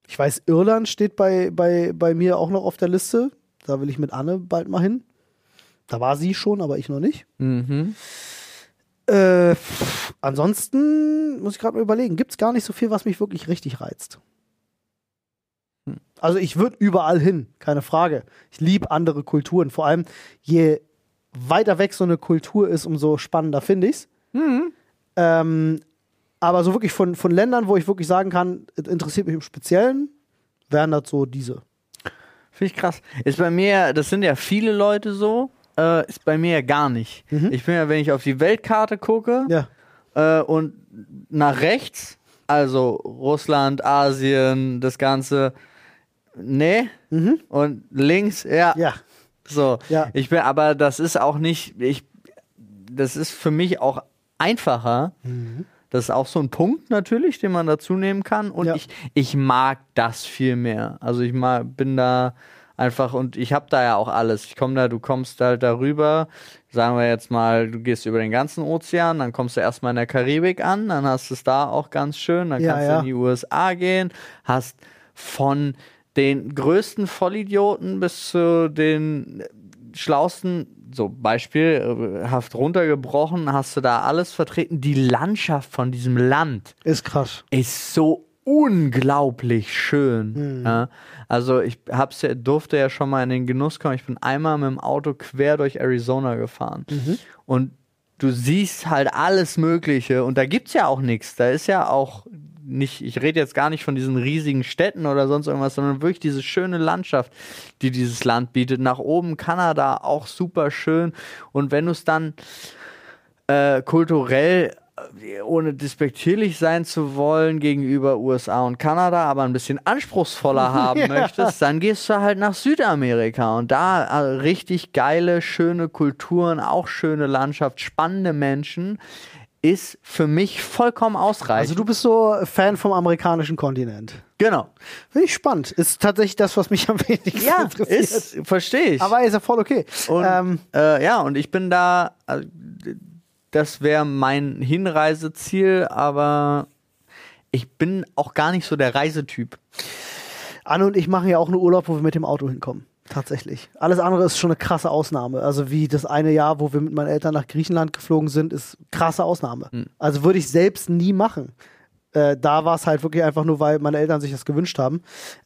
A: ich weiß, Irland steht bei, bei, bei mir auch noch auf der Liste. Da will ich mit Anne bald mal hin. Da war sie schon, aber ich noch nicht.
B: Mhm.
A: Äh, pff, ansonsten muss ich gerade mal überlegen, gibt es gar nicht so viel, was mich wirklich richtig reizt. Also ich würde überall hin, keine Frage. Ich liebe andere Kulturen. Vor allem, je weiter weg so eine Kultur ist, umso spannender finde ich's. Mhm. Ähm, aber so wirklich von, von Ländern, wo ich wirklich sagen kann, es interessiert mich im Speziellen, wären das so diese.
B: Finde ich krass. Ist bei mir, das sind ja viele Leute so, äh, ist bei mir ja gar nicht. Ich bin ja, wenn ich auf die Weltkarte gucke
A: Ja.
B: äh, und nach rechts, also Russland, Asien, das Ganze, nee. Und links, ja,
A: Ja.
B: so.
A: Ja.
B: Ich bin, aber das ist auch nicht, ich, das ist für mich auch einfacher.
A: Mhm.
B: Das ist auch so ein Punkt natürlich, den man dazu nehmen kann. Und
A: Ja.
B: ich, ich mag das viel mehr. Also ich mag, bin da einfach und ich habe da ja auch alles. Ich komme da, du kommst halt darüber. Sagen wir jetzt mal, du gehst über den ganzen Ozean, dann kommst du erstmal in der Karibik an, dann hast du es da auch ganz schön, dann
A: Ja,
B: kannst du
A: ja.
B: in die USA gehen, hast von den größten Vollidioten bis zu den schlausten, so beispielhaft runtergebrochen, hast du da alles vertreten. Die Landschaft von diesem Land
A: Ist krass.
B: ist so unglaublich schön. Ja. Also ich hab's ja, durfte ja schon mal in den Genuss kommen. Ich bin einmal mit dem Auto quer durch Arizona gefahren. Und du siehst halt alles Mögliche und da gibt's ja auch nichts. Da ist ja auch nicht, ich rede jetzt gar nicht von diesen riesigen Städten oder sonst irgendwas, sondern wirklich diese schöne Landschaft, die dieses Land bietet. Nach oben Kanada auch super schön. Und wenn du es dann äh, kulturell, äh, ohne despektierlich sein zu wollen gegenüber USA und Kanada, aber ein bisschen anspruchsvoller haben möchtest, dann gehst du halt nach Südamerika und da äh, richtig geile, schöne Kulturen, auch schöne Landschaft, spannende Menschen. Ist für mich vollkommen ausreichend.
A: Also du bist so Fan vom amerikanischen Kontinent.
B: genau.
A: Finde ich spannend. Ist tatsächlich das, was mich am wenigsten
B: Ja,
A: interessiert.
B: ist, verstehe ich.
A: Aber ist ja voll okay.
B: Und,
A: ähm,
B: äh, ja, und ich bin da, äh, das wäre mein Hinreiseziel, aber ich bin auch gar nicht so der Reisetyp.
A: Anne und ich machen ja auch einen Urlaub, wo wir mit dem Auto hinkommen. Tatsächlich. Alles andere ist schon eine krasse Ausnahme. Also wie das eine Jahr, wo wir mit meinen Eltern nach Griechenland geflogen sind, ist krasse Ausnahme.
B: Hm.
A: Also würde ich selbst nie machen. Äh, da war es halt wirklich einfach nur, weil meine Eltern sich das gewünscht haben.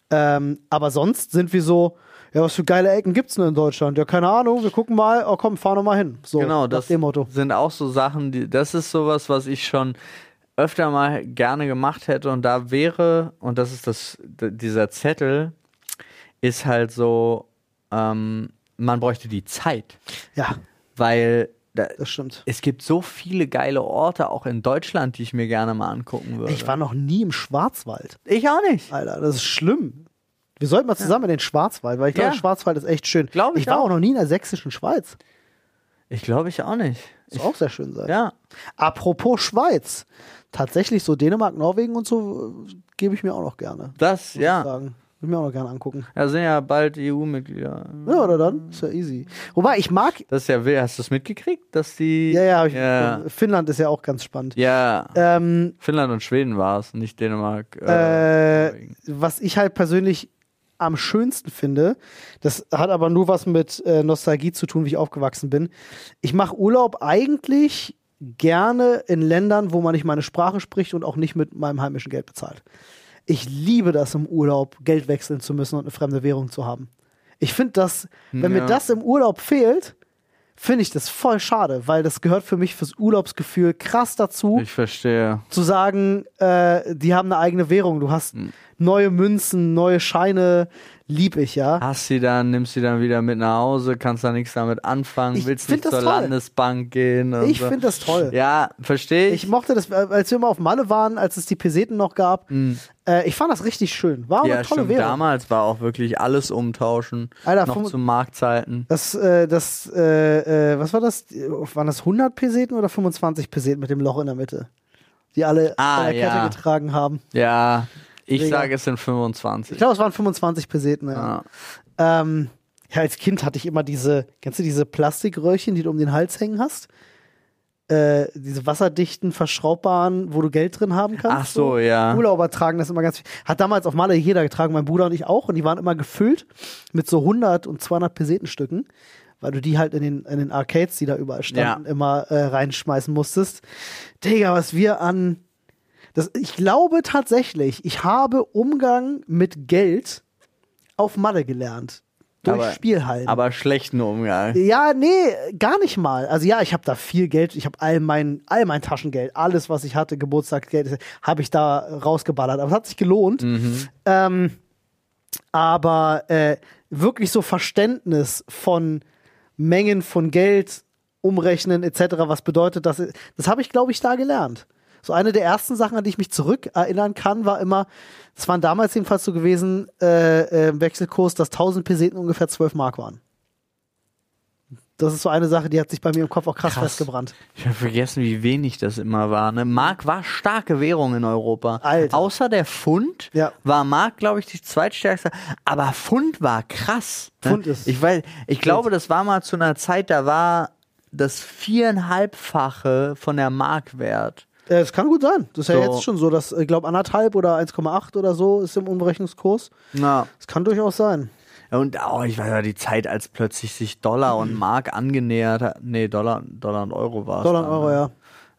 A: Ähm, aber sonst sind wir so, ja, was für geile Ecken gibt's denn in Deutschland? Ja, keine Ahnung, wir gucken mal, oh komm, fahr noch mal hin. So,
B: genau,
A: nach
B: das
A: dem Motto.
B: sind auch so Sachen, die, das ist sowas, was ich schon öfter mal gerne gemacht hätte und da wäre, und das ist das, d- dieser Zettel, ist halt so, ähm, man bräuchte die Zeit,
A: Ja,
B: weil da,
A: das stimmt.
B: es gibt so viele geile Orte auch in Deutschland, die ich mir gerne mal angucken würde.
A: Ich war noch nie im Schwarzwald.
B: Ich auch nicht.
A: Alter, das ist schlimm. Wir sollten mal zusammen in den Schwarzwald, weil ich glaube,
B: Ja.
A: Schwarzwald ist echt schön.
B: Glaub ich
A: war
B: auch.
A: auch noch nie in der sächsischen Schweiz.
B: Ich glaube, ich auch nicht.
A: Soll auch sehr schön sein.
B: Ja.
A: Apropos Schweiz. Tatsächlich so Dänemark, Norwegen und so äh, gebe ich mir auch noch gerne.
B: Das,
A: Muss ich
B: ja.
A: sagen. Würde ich mir auch noch gerne angucken.
B: Da sind ja bald E EU-Mitglieder.
A: Ja, oder dann? Ist ja easy. Wobei, ich mag.
B: Das ist ja wild. Hast du es mitgekriegt, dass die.
A: Ja, ja, hab ich
B: Ja.
A: Finnland ist ja auch ganz spannend.
B: ja.
A: Ähm,
B: Finnland und Schweden war es, nicht Dänemark.
A: Äh,
B: Norwegen.
A: was ich halt persönlich am schönsten finde, das hat aber nur was mit äh, Nostalgie zu tun, wie ich aufgewachsen bin. Ich mache Urlaub eigentlich gerne in Ländern, wo man nicht meine Sprache spricht und auch nicht mit meinem heimischen Geld bezahlt. Ich liebe das im Urlaub, Geld wechseln zu müssen und eine fremde Währung zu haben. Ich finde das, wenn mir
B: Ja.
A: das im Urlaub fehlt, finde ich das voll schade, weil das gehört für mich fürs Urlaubsgefühl krass dazu
B: Ich verstehe.
A: zu sagen, äh, die haben eine eigene Währung. Du hast
B: Hm.
A: neue Münzen, neue Scheine, lieb ich, ja.
B: Hast sie dann, nimmst sie dann wieder mit nach Hause, kannst da nichts damit anfangen,
A: Ich
B: willst
A: find
B: nicht zur
A: das toll.
B: Landesbank gehen. Und
A: Ich
B: so.
A: finde das toll.
B: Ja, verstehe
A: Ich
B: ich.
A: mochte das, äh, als wir mal auf Malle waren, als es die Peseten noch gab. Äh, ich fand das richtig schön. War auch
B: Hm. ja,
A: eine tolle
B: stimmt.
A: Währung.
B: Damals war auch wirklich alles umtauschen.
A: Alter,
B: noch
A: fünf-
B: zu Marktzeiten.
A: Das, äh, das, äh, äh, was war das? Waren das 100 Peseten oder 25 Peseten mit dem Loch in der Mitte? Die alle
B: Ah,
A: an der Kette
B: ja.
A: getragen haben.
B: Ja, ich
A: Mega.
B: sage, es sind 25.
A: Ich glaube, es waren 25 Peseten, ja.
B: ja.
A: Ähm, ja, als Kind hatte ich immer diese, kennst du diese Plastikröhrchen, die du um den Hals hängen hast? Äh, diese wasserdichten, verschraubbaren, wo du Geld drin haben kannst.
B: Ach so, ja.
A: Urlauber tragen das immer ganz viel. Hat damals auf Malle jeder getragen, mein Bruder und ich auch. Und die waren immer gefüllt mit so 100 und 200 Pesetenstücken, weil du die halt in den, in den Arcades, die da überall standen,
B: Ja.
A: immer äh, reinschmeißen musstest. Digga, was wir an das, ich glaube tatsächlich, ich habe Umgang mit Geld auf Malle gelernt. Durch
B: Aber-
A: Spiel halt.
B: Aber schlechten Umgang.
A: ja, nee, gar nicht mal. Also ja, ich habe da viel Geld. Ich habe all mein, all mein Taschengeld, alles, was ich hatte, Geburtstagsgeld, habe ich da rausgeballert. Aber es hat sich gelohnt.
B: Mhm.
A: Ähm, aber äh, wirklich so Verständnis von Mengen von Geld umrechnen etc. Was bedeutet das? Das habe ich, glaube ich, da gelernt. So eine der ersten Sachen, an die ich mich zurückerinnern kann, war immer, es waren damals jedenfalls so gewesen, äh, äh, im Wechselkurs, dass 1000 Peseten ungefähr 12 Mark waren. Das ist so eine Sache, die hat sich bei mir im Kopf auch krass,
B: Krass.
A: festgebrannt.
B: Ich habe vergessen, wie wenig das immer war. Ne? Mark war starke Währung in Europa.
A: Alter.
B: Außer der Pfund
A: Ja.
B: war Mark, glaube ich, die zweitstärkste. Aber Pfund war krass. Ne?
A: Pfund ist-
B: Ich weiß, ich glaube, das war mal zu einer Zeit, da war das viereinhalbfache von der Mark wert.
A: Äh, Es kann gut sein. Das ist ja
B: So.
A: jetzt schon so, dass, ich glaube, anderthalb oder 1,8 oder so ist im Umrechnungskurs.
B: Ja.
A: Es kann durchaus sein.
B: Und oh, ich weiß ja, die Zeit, als plötzlich sich Dollar und Mark angenähert hat. Nee, Dollar, Dollar und Euro war es.
A: Dollar und
B: dann,
A: Euro,
B: ne?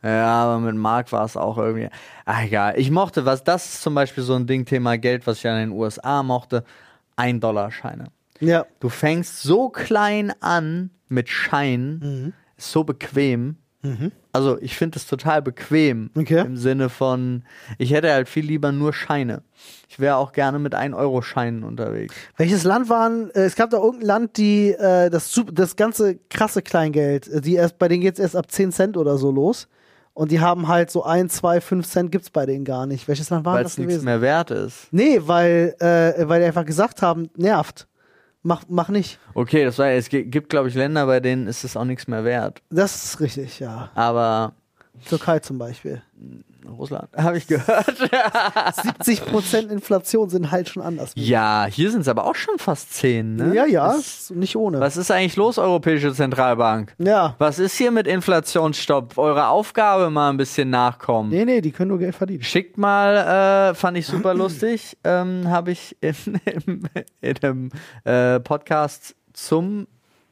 A: ja.
B: Ja, aber mit Mark war es auch irgendwie. Ach, egal. Ich mochte, was das ist zum Beispiel so ein Ding, Thema Geld, was ich an den USA mochte: Ein-Dollar-Scheine.
A: Ja. Mhm.
B: Du fängst so klein an mit Scheinen, ist so bequem. Also ich finde es total bequem
A: Okay.
B: im Sinne von, ich hätte halt viel lieber nur Scheine. Ich wäre auch gerne mit 1-Euro-Scheinen unterwegs.
A: Welches Land waren, äh, es gab da irgendein Land, die äh, das, sup- das ganze krasse Kleingeld, äh, die erst, bei denen geht's erst ab 10 Cent oder so los. Und die haben halt so ein, zwei, fünf Cent gibt's bei denen gar nicht. Welches Land war
B: Weil
A: Ah, das
B: es nichts
A: gewesen?
B: mehr wert ist.
A: Nee, weil, äh, weil die einfach gesagt haben, nervt. Mach, mach nicht.
B: Okay, das war es gi- gibt, glaube ich, Länder, bei denen ist es auch nichts mehr wert.
A: Das ist richtig, ja.
B: Aber
A: Türkei zum Beispiel.
B: Russland, habe ich gehört.
A: 70% Inflation sind halt schon anders.
B: Ja, hier sind es aber auch schon fast 10, ne?
A: ja, ja,
B: Das,
A: ist nicht ohne.
B: was ist eigentlich los, Europäische Zentralbank?
A: Ja.
B: Was ist hier mit Inflationsstopp? Eure Aufgabe mal ein bisschen nachkommen.
A: Nee, nee, die können nur Geld verdienen.
B: Schickt mal, äh, fand ich super lustig, ähm, habe ich in, in, in einem äh, Podcast zum,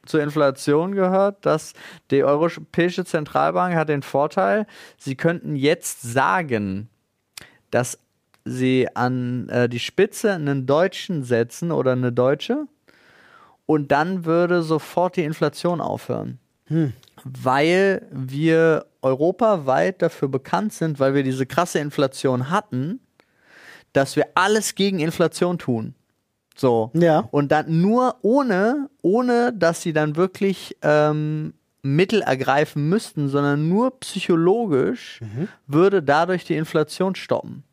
B: zur Inflation gehört, dass die Europäische Zentralbank hat den Vorteil, sie könnten jetzt sagen, dass sie an äh, die Spitze einen Deutschen setzen oder eine Deutsche und dann würde sofort die Inflation aufhören weil wir europaweit dafür bekannt sind, weil wir diese krasse Inflation hatten, dass wir alles gegen Inflation tun. So.
A: Ja.
B: Und dann nur ohne, ohne, dass sie dann wirklich ähm, Mittel ergreifen müssten, sondern nur psychologisch
A: Mhm.
B: würde dadurch die Inflation stoppen.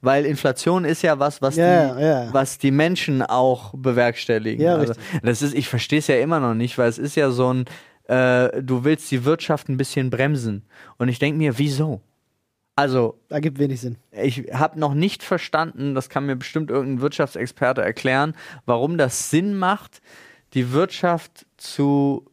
B: Weil Inflation ist ja was, was,
A: Ja,
B: die,
A: ja.
B: was die Menschen auch bewerkstelligen.
A: Ja,
B: also, das ist, ich verstehe es ja immer noch nicht, weil es ist ja so ein, äh, du willst die Wirtschaft ein bisschen bremsen. Und ich denke mir, wieso? Also,
A: Da gibt wenig Sinn.
B: ich habe noch nicht verstanden, das kann mir bestimmt irgendein Wirtschaftsexperte erklären, warum das Sinn macht, die Wirtschaft zu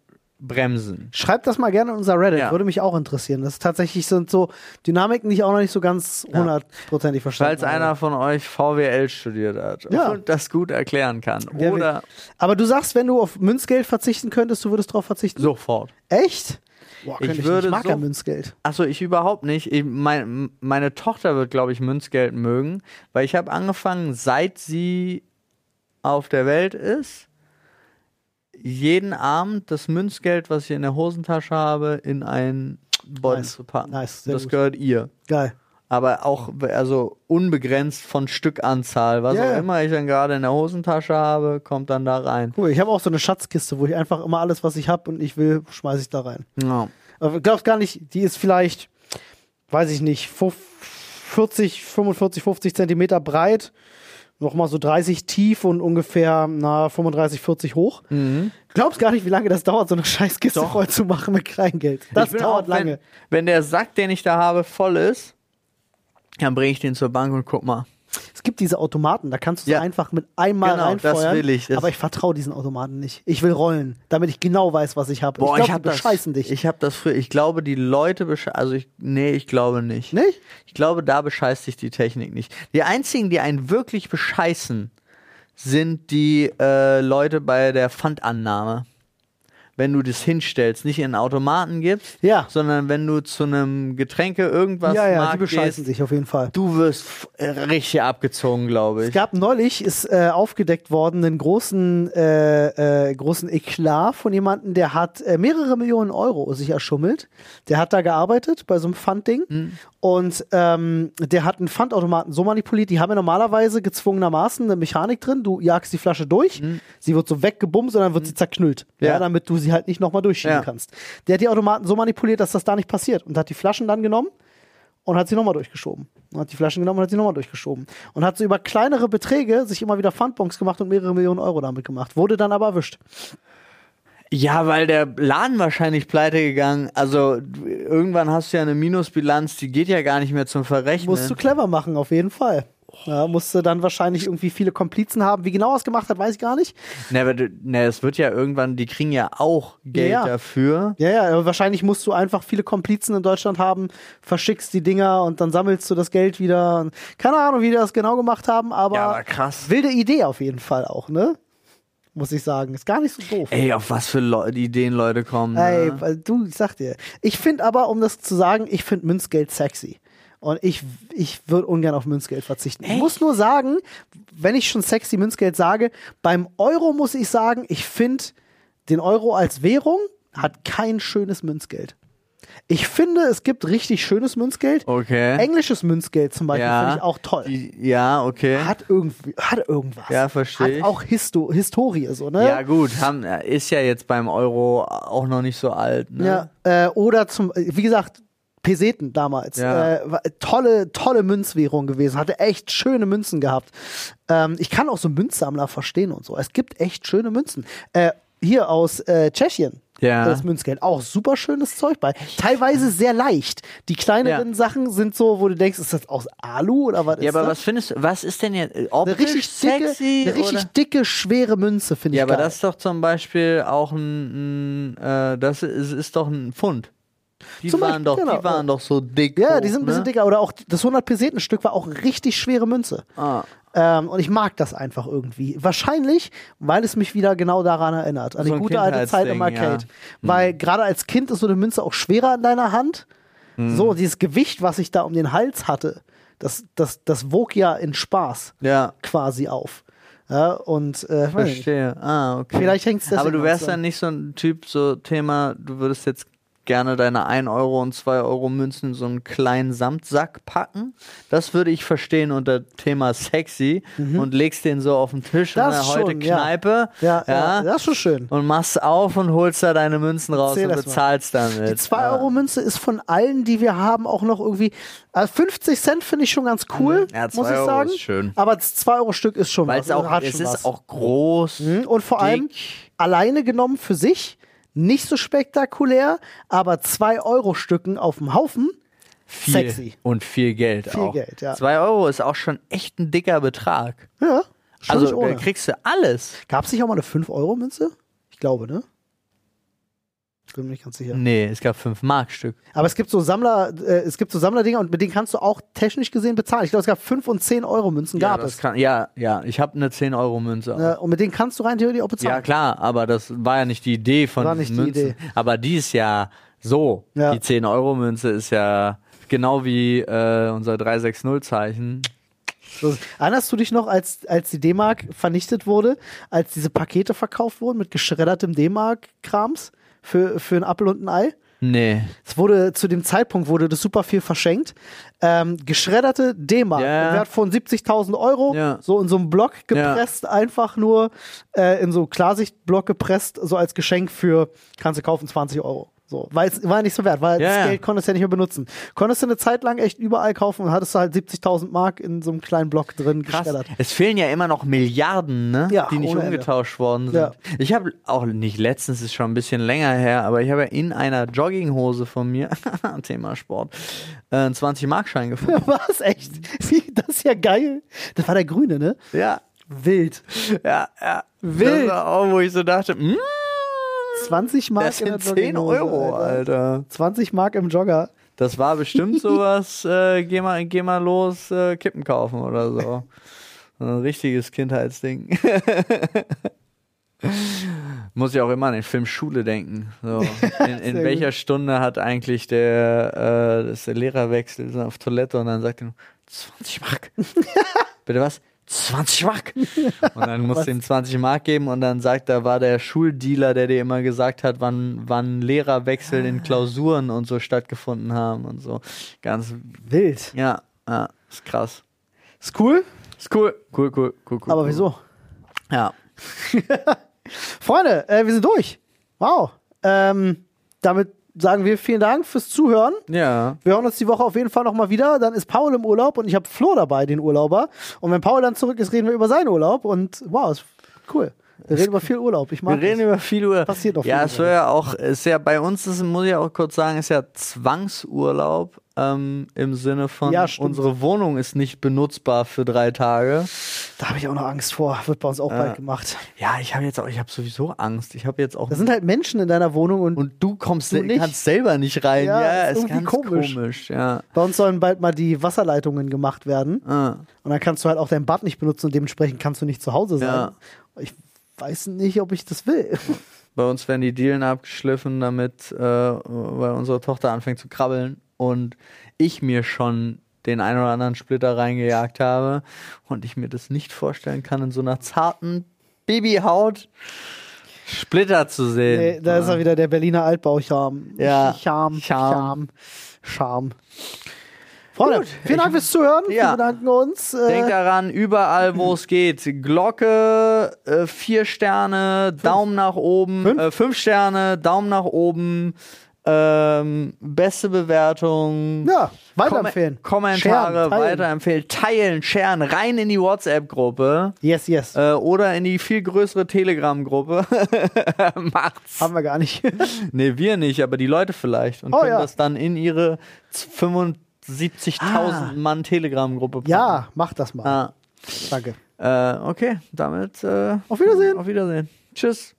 B: bremsen.
A: Schreibt das mal gerne in unser Reddit,
B: Ja.
A: würde mich auch interessieren. Das ist tatsächlich sind so Dynamiken, die ich auch noch nicht so ganz hundertprozentig verstanden
B: Falls einer von euch VWL studiert hat
A: Ja.
B: und das gut erklären kann.
A: Der
B: Oder
A: Aber du sagst, wenn du auf Münzgeld verzichten könntest, du würdest drauf verzichten.
B: sofort.
A: Echt? Boah,
B: Ich
A: könnte ich, nicht.
B: würde
A: ich mag
B: so-
A: ja Münzgeld.
B: Achso, ich überhaupt nicht. Ich, mein, meine Tochter wird, glaube ich, Münzgeld mögen, weil ich habe angefangen, seit sie auf der Welt ist, jeden Abend das Münzgeld, was ich in der Hosentasche habe, in einen Beutel
A: Nice.
B: zu packen.
A: Nice, sehr
B: das
A: gut.
B: gehört ihr.
A: Geil.
B: Aber auch also unbegrenzt von Stückanzahl, was
A: Ja, ja.
B: auch immer ich dann gerade in der Hosentasche habe, kommt dann da rein.
A: Cool. Ich habe auch so eine Schatzkiste, wo ich einfach immer alles, was ich habe und ich will, schmeiße ich da rein.
B: Ja.
A: Aber glaubst gar nicht, die ist vielleicht, weiß ich nicht, fuf- 40, 45, 50 Zentimeter breit, nochmal so 30 tief und ungefähr na, 35, 40 hoch.
B: Mhm.
A: Glaubst gar nicht, wie lange das dauert, so eine Scheißkiste voll zu machen mit Kleingeld. Das
B: Ich bin
A: dauert
B: auch,
A: lange.
B: Wenn, wenn der Sack, den ich da habe, voll ist, dann bringe ich den zur Bank und guck mal.
A: Es gibt diese Automaten, da kannst du es
B: Ja.
A: einfach mit einmal
B: Genau, das
A: reinfeuern.
B: will ich. Das-
A: aber ich vertraue diesen Automaten nicht. Ich will rollen, damit ich genau weiß, was ich habe.
B: Boah,
A: ich
B: ich,
A: glaube,
B: hab
A: die
B: das.
A: bescheißen dich.
B: Ich habe das früher. Ich glaube, die Leute bescheißen. Also ich, nee, ich glaube nicht.
A: Nicht?
B: Ich glaube, da bescheißt sich die Technik nicht. Die einzigen, die einen wirklich bescheißen, sind die äh, Leute bei der Pfandannahme. Wenn du das hinstellst, nicht in einen Automaten gibst,
A: Ja.
B: sondern wenn du zu einem Getränke irgendwas
A: ja, ja, die
B: Markt
A: bescheißen
B: gehst,
A: sich auf jeden Fall.
B: du wirst f- äh, richtig abgezogen, glaube
A: Es
B: ich.
A: gab neulich, ist äh, aufgedeckt worden, einen großen, äh, äh, großen Eklat von jemandem, der hat äh, mehrere Millionen Euro sich erschummelt. Der hat da gearbeitet bei so einem Pfandding und ähm, der hat einen Pfandautomaten so manipuliert, die haben ja normalerweise gezwungenermaßen eine Mechanik drin, du jagst die Flasche durch, sie wird so weggebumst und dann wird sie zerknüllt, ja.
B: Ja.
A: damit du sie halt nicht nochmal durchschieben
B: Ja.
A: kannst. Der hat die Automaten so manipuliert, dass das da nicht passiert und hat die Flaschen dann genommen und hat sie nochmal durchgeschoben. Und hat die Flaschen genommen und hat sie nochmal durchgeschoben. Und hat so über kleinere Beträge sich immer wieder Pfandbons gemacht und mehrere Millionen Euro damit gemacht. Wurde dann aber erwischt.
B: Ja, weil der Laden wahrscheinlich pleite gegangen. Also d- irgendwann hast du ja eine Minusbilanz, die geht ja gar nicht mehr zum Verrechnen.
A: Musst du clever machen, auf jeden Fall. Ja, musste dann wahrscheinlich irgendwie viele Komplizen haben. Wie genau er es gemacht hat, weiß ich gar nicht.
B: Ne, aber du- ne, es wird ja irgendwann, die kriegen ja auch Geld
A: Ja, ja.
B: dafür.
A: Ja, ja, aber wahrscheinlich musst du einfach viele Komplizen in Deutschland haben, verschickst die Dinger und dann sammelst du das Geld wieder. Keine Ahnung, wie die das genau gemacht haben, aber,
B: Ja, aber krass.
A: wilde Idee auf jeden Fall auch, ne? Muss ich sagen. Ist gar nicht so doof.
B: Ey, auf was für Leu- Ideen Leute kommen.
A: Ey,
B: ne?
A: weil du, ich sag dir. Ich finde aber, um das zu sagen, ich finde Münzgeld sexy. Und ich, ich würde ungern auf Münzgeld verzichten. Ich muss nur sagen, wenn ich schon sexy Münzgeld sage, beim Euro muss ich sagen, ich finde den Euro als Währung hat kein schönes Münzgeld. Ich finde, es gibt richtig schönes Münzgeld.
B: Okay.
A: Englisches Münzgeld zum Beispiel
B: Ja.
A: finde ich auch toll.
B: Die- Ja, okay.
A: hat irgendwie, hat irgendwas.
B: Ja, verstehe ich.
A: Hat auch Histo Historie, so, ne?
B: ja, gut, haben, ist ja jetzt beim Euro auch noch nicht so alt. Ne?
A: Ja, äh, oder zum, wie gesagt, Peseten damals.
B: Ja.
A: Äh, war- tolle, tolle Münzwährung gewesen. Hatte echt schöne Münzen gehabt. Ähm, ich kann auch so Münzsammler verstehen und so. Es gibt echt schöne Münzen. Äh, hier aus äh, Tschechien.
B: Ja.
A: Das Münzgeld. Auch super schönes Zeug bei. Teilweise sehr leicht. Die kleineren
B: Ja.
A: Sachen sind so, wo du denkst, ist das aus Alu oder was
B: Ja,
A: ist
B: aber
A: das?
B: was findest du, was ist denn jetzt äh, optisch
A: Eine richtig dicke,
B: sexy?
A: eine richtig
B: oder?
A: dicke, schwere Münze, finde
B: Ja,
A: ich.
B: aber
A: geil.
B: das ist doch zum Beispiel auch ein, ein äh, das ist, ist doch ein Pfund. Die
A: Zum
B: waren
A: Beispiel,
B: doch,
A: genau.
B: die waren doch so dick.
A: Ja,
B: hoch,
A: die sind ein bisschen
B: ne?
A: dicker. Oder auch das 100 Pesetenstück war auch eine richtig schwere Münze.
B: Ah.
A: Ähm, und ich mag das einfach irgendwie. Wahrscheinlich, weil es mich wieder genau daran erinnert. An
B: So
A: die
B: ein
A: gute alte Zeit im
B: Kindheitsding,
A: Arcade.
B: ja. Hm.
A: Weil gerade als Kind ist so eine Münze auch schwerer in deiner Hand.
B: Hm.
A: So, dieses Gewicht, was ich da um den Hals hatte, das, das, das wog ja in Spaß
B: Ja.
A: quasi auf. Ja, und äh, weiß ich nicht.
B: Verstehe. Ah, okay.
A: Vielleicht hängt's deswegen
B: Aber du wärst
A: auch so.
B: dann nicht so ein Typ, so Thema, du würdest jetzt gerne deine 1 Euro und 2 Euro Münzen in so einen kleinen Samtsack packen. Das würde ich verstehen unter Thema sexy und legst den so auf den Tisch in
A: Mhm. Das
B: der heute
A: schon, ja.
B: Kneipe.
A: ja, ja. das ist schon schön.
B: Und machst auf und holst da deine Münzen raus
A: Erzähl
B: und
A: das mal.
B: bezahlst damit.
A: Die 2-Euro-Münze ist von allen, die wir haben, auch noch irgendwie. Also 50 Cent finde ich schon ganz cool,
B: Ja, zwei
A: muss ich
B: Euro
A: sagen.
B: ist schön.
A: Aber das 2-Euro-Stück ist schon
B: Weil
A: was.
B: es auch,
A: Also, hat
B: es
A: schon was.
B: ist auch groß.
A: Mhm, Und vor allem
B: dick.
A: alleine genommen für sich, nicht so spektakulär, aber 2-Euro-Stücken auf dem Haufen,
B: viel
A: sexy.
B: Und viel Geld
A: Viel
B: auch.
A: Geld, ja.
B: 2 Euro ist auch schon echt ein dicker Betrag.
A: ja, schon nicht
B: also da
A: ohne.
B: kriegst du alles.
A: Gab es nicht auch mal eine 5-Euro-Münze? Ich glaube, ne? Ich bin mir nicht ganz sicher.
B: Nee, es gab 5 Mark Stück.
A: Aber es gibt so Sammler, äh, es gibt so Sammlerdinger und mit denen kannst du auch technisch gesehen bezahlen. Ich glaube, es gab 5 und 10 Euro Münzen, gab
B: ja, das
A: es.
B: Kann, ja, ja, ich habe eine 10 Euro Münze.
A: Äh, und mit denen kannst du rein theoretisch auch bezahlen.
B: ja, klar, aber das war ja nicht die Idee von
A: War
B: diesen
A: nicht die
B: Münzen. Aber die ist ja so.
A: Ja.
B: Die 10 Euro Münze ist ja genau wie äh, unser 360 Zeichen.
A: Das- Erinnerst du dich noch, als, als die D-Mark vernichtet wurde, als diese Pakete verkauft wurden mit geschreddertem D-Mark-Krams für, für einen Apfel und ein Ei?
B: Nee.
A: Es wurde zu dem Zeitpunkt wurde das super viel verschenkt. Ähm, geschredderte D-Mark,
B: Ja.
A: im Wert von 70.000 Euro,
B: Ja.
A: so in so einem Block
B: Ja.
A: gepresst, einfach nur äh, in so Klarsichtblock gepresst, so als Geschenk für kannst du kaufen 20 Euro. So, weil es war ja nicht so wert, weil
B: Ja,
A: das
B: ja.
A: Geld konntest du ja nicht mehr benutzen. Konntest du eine Zeit lang echt überall kaufen und hattest du halt 70.000 Mark in so einem kleinen Block drin
B: Krass.
A: geschreddert.
B: Es fehlen ja immer noch Milliarden, ne?
A: Ja,
B: die nicht
A: ohne Ende.
B: umgetauscht worden sind.
A: Ja.
B: Ich habe auch nicht letztens, ist schon ein bisschen länger her, aber ich habe ja in einer Jogginghose von mir, Thema Sport, äh, einen 20-Markschein gefunden.
A: Was? Echt? Wie, das ist ja geil. Das war der Grüne, ne?
B: Ja.
A: Wild.
B: Ja, ja.
A: Wild.
B: Das war auch, wo ich so dachte, mm,
A: 20 Mark
B: das
A: in der
B: sind 10
A: Jogginghose,
B: Euro, Alter.
A: 20 Mark im Jogger.
B: Das war bestimmt sowas, äh, geh, mal, geh mal los, äh, Kippen kaufen oder so. So Ein richtiges Kindheitsding. Muss ich auch immer an den Film Schule denken. So. In, in
A: Sehr
B: welcher Stunde hat eigentlich der, äh, das ist der Lehrerwechsel ist auf Toilette und dann sagt er nur 20 Mark. Bitte was? 20 Mark. Und dann musst du ihm 20 Mark geben und dann sagt, da war der Schuldealer, der dir immer gesagt hat, wann, wann Lehrerwechsel
A: Ah.
B: in Klausuren und so stattgefunden haben und so. Ganz,
A: Wild.
B: ja, ja ist krass.
A: Ist cool,
B: Ist cool. Mhm. Cool, cool, cool, cool.
A: aber
B: cool.
A: wieso?
B: Ja.
A: Freunde, äh, wir sind durch. Wow. Ähm, damit sagen wir vielen Dank fürs Zuhören.
B: Ja.
A: Wir hören uns die Woche auf jeden Fall nochmal wieder. Dann ist Paul im Urlaub und ich habe Flo dabei, den Urlauber. Und wenn Paul dann zurück ist, reden wir über seinen Urlaub. Und wow, ist cool. Wir reden über viel Urlaub. Ich mag
B: Wir reden
A: das.
B: über viel Urlaub.
A: Passiert noch
B: Ja,
A: viel
B: es war ja auch, ist ja bei uns, ist, muss ich auch kurz sagen, ist ja Zwangsurlaub ähm, im Sinne von,
A: Ja, stimmt.
B: unsere Wohnung ist nicht benutzbar für drei Tage.
A: Da habe ich auch noch Angst vor. Wird bei uns auch bald gemacht.
B: Ja, ich habe jetzt auch, ich habe sowieso Angst. Ich habe jetzt auch.
A: Da sind halt Menschen in deiner Wohnung und,
B: und du kommst,
A: Du nicht.
B: kannst selber nicht rein.
A: Ja,
B: Ja,
A: ist
B: ist,
A: irgendwie
B: ganz
A: komisch.
B: komisch. ja.
A: bei uns sollen bald mal die Wasserleitungen gemacht werden.
B: Ah.
A: Und dann kannst du halt auch dein Bad nicht benutzen und dementsprechend kannst du nicht zu Hause sein.
B: Ja.
A: Ich weiß nicht, ob ich das will.
B: Bei uns werden die Dielen abgeschliffen, damit äh, weil unsere Tochter anfängt zu krabbeln und ich mir schon den einen oder anderen Splitter reingejagt habe und ich mir das nicht vorstellen kann in so einer zarten Babyhaut. Splitter zu sehen.
A: Nee, da ist er wieder der Berliner Altbaucharm.
B: Ja.
A: Charme, Charme,
B: Charme.
A: Charme. Freunde, vielen Dank fürs Zuhören.
B: Ja.
A: Wir bedanken uns. Äh,
B: Denkt daran, überall, wo es geht. Glocke, äh, vier Sterne, Daumen nach oben,
A: Fünf?
B: fünf, äh, fünf Sterne, Daumen nach oben, ähm, beste Bewertung.
A: ja, weiterempfehlen.
B: Kom Kommentare,
A: Scheren, teilen.
B: weiterempfehlen, teilen, scheren, rein in die WhatsApp-Gruppe
A: Yes, yes.
B: äh, oder in die viel größere Telegram-Gruppe. Macht's.
A: Haben wir gar nicht.
B: Nee, wir nicht, aber die Leute vielleicht. Und
A: Oh,
B: können
A: ja. Ah.
B: das dann in ihre 75.000 Mann Telegram-Gruppe packen.
A: ja, mach das mal.
B: Ah.
A: Danke.
B: Äh, okay, damit äh,
A: Auf Wiedersehen.
B: Auf Wiedersehen. Tschüss.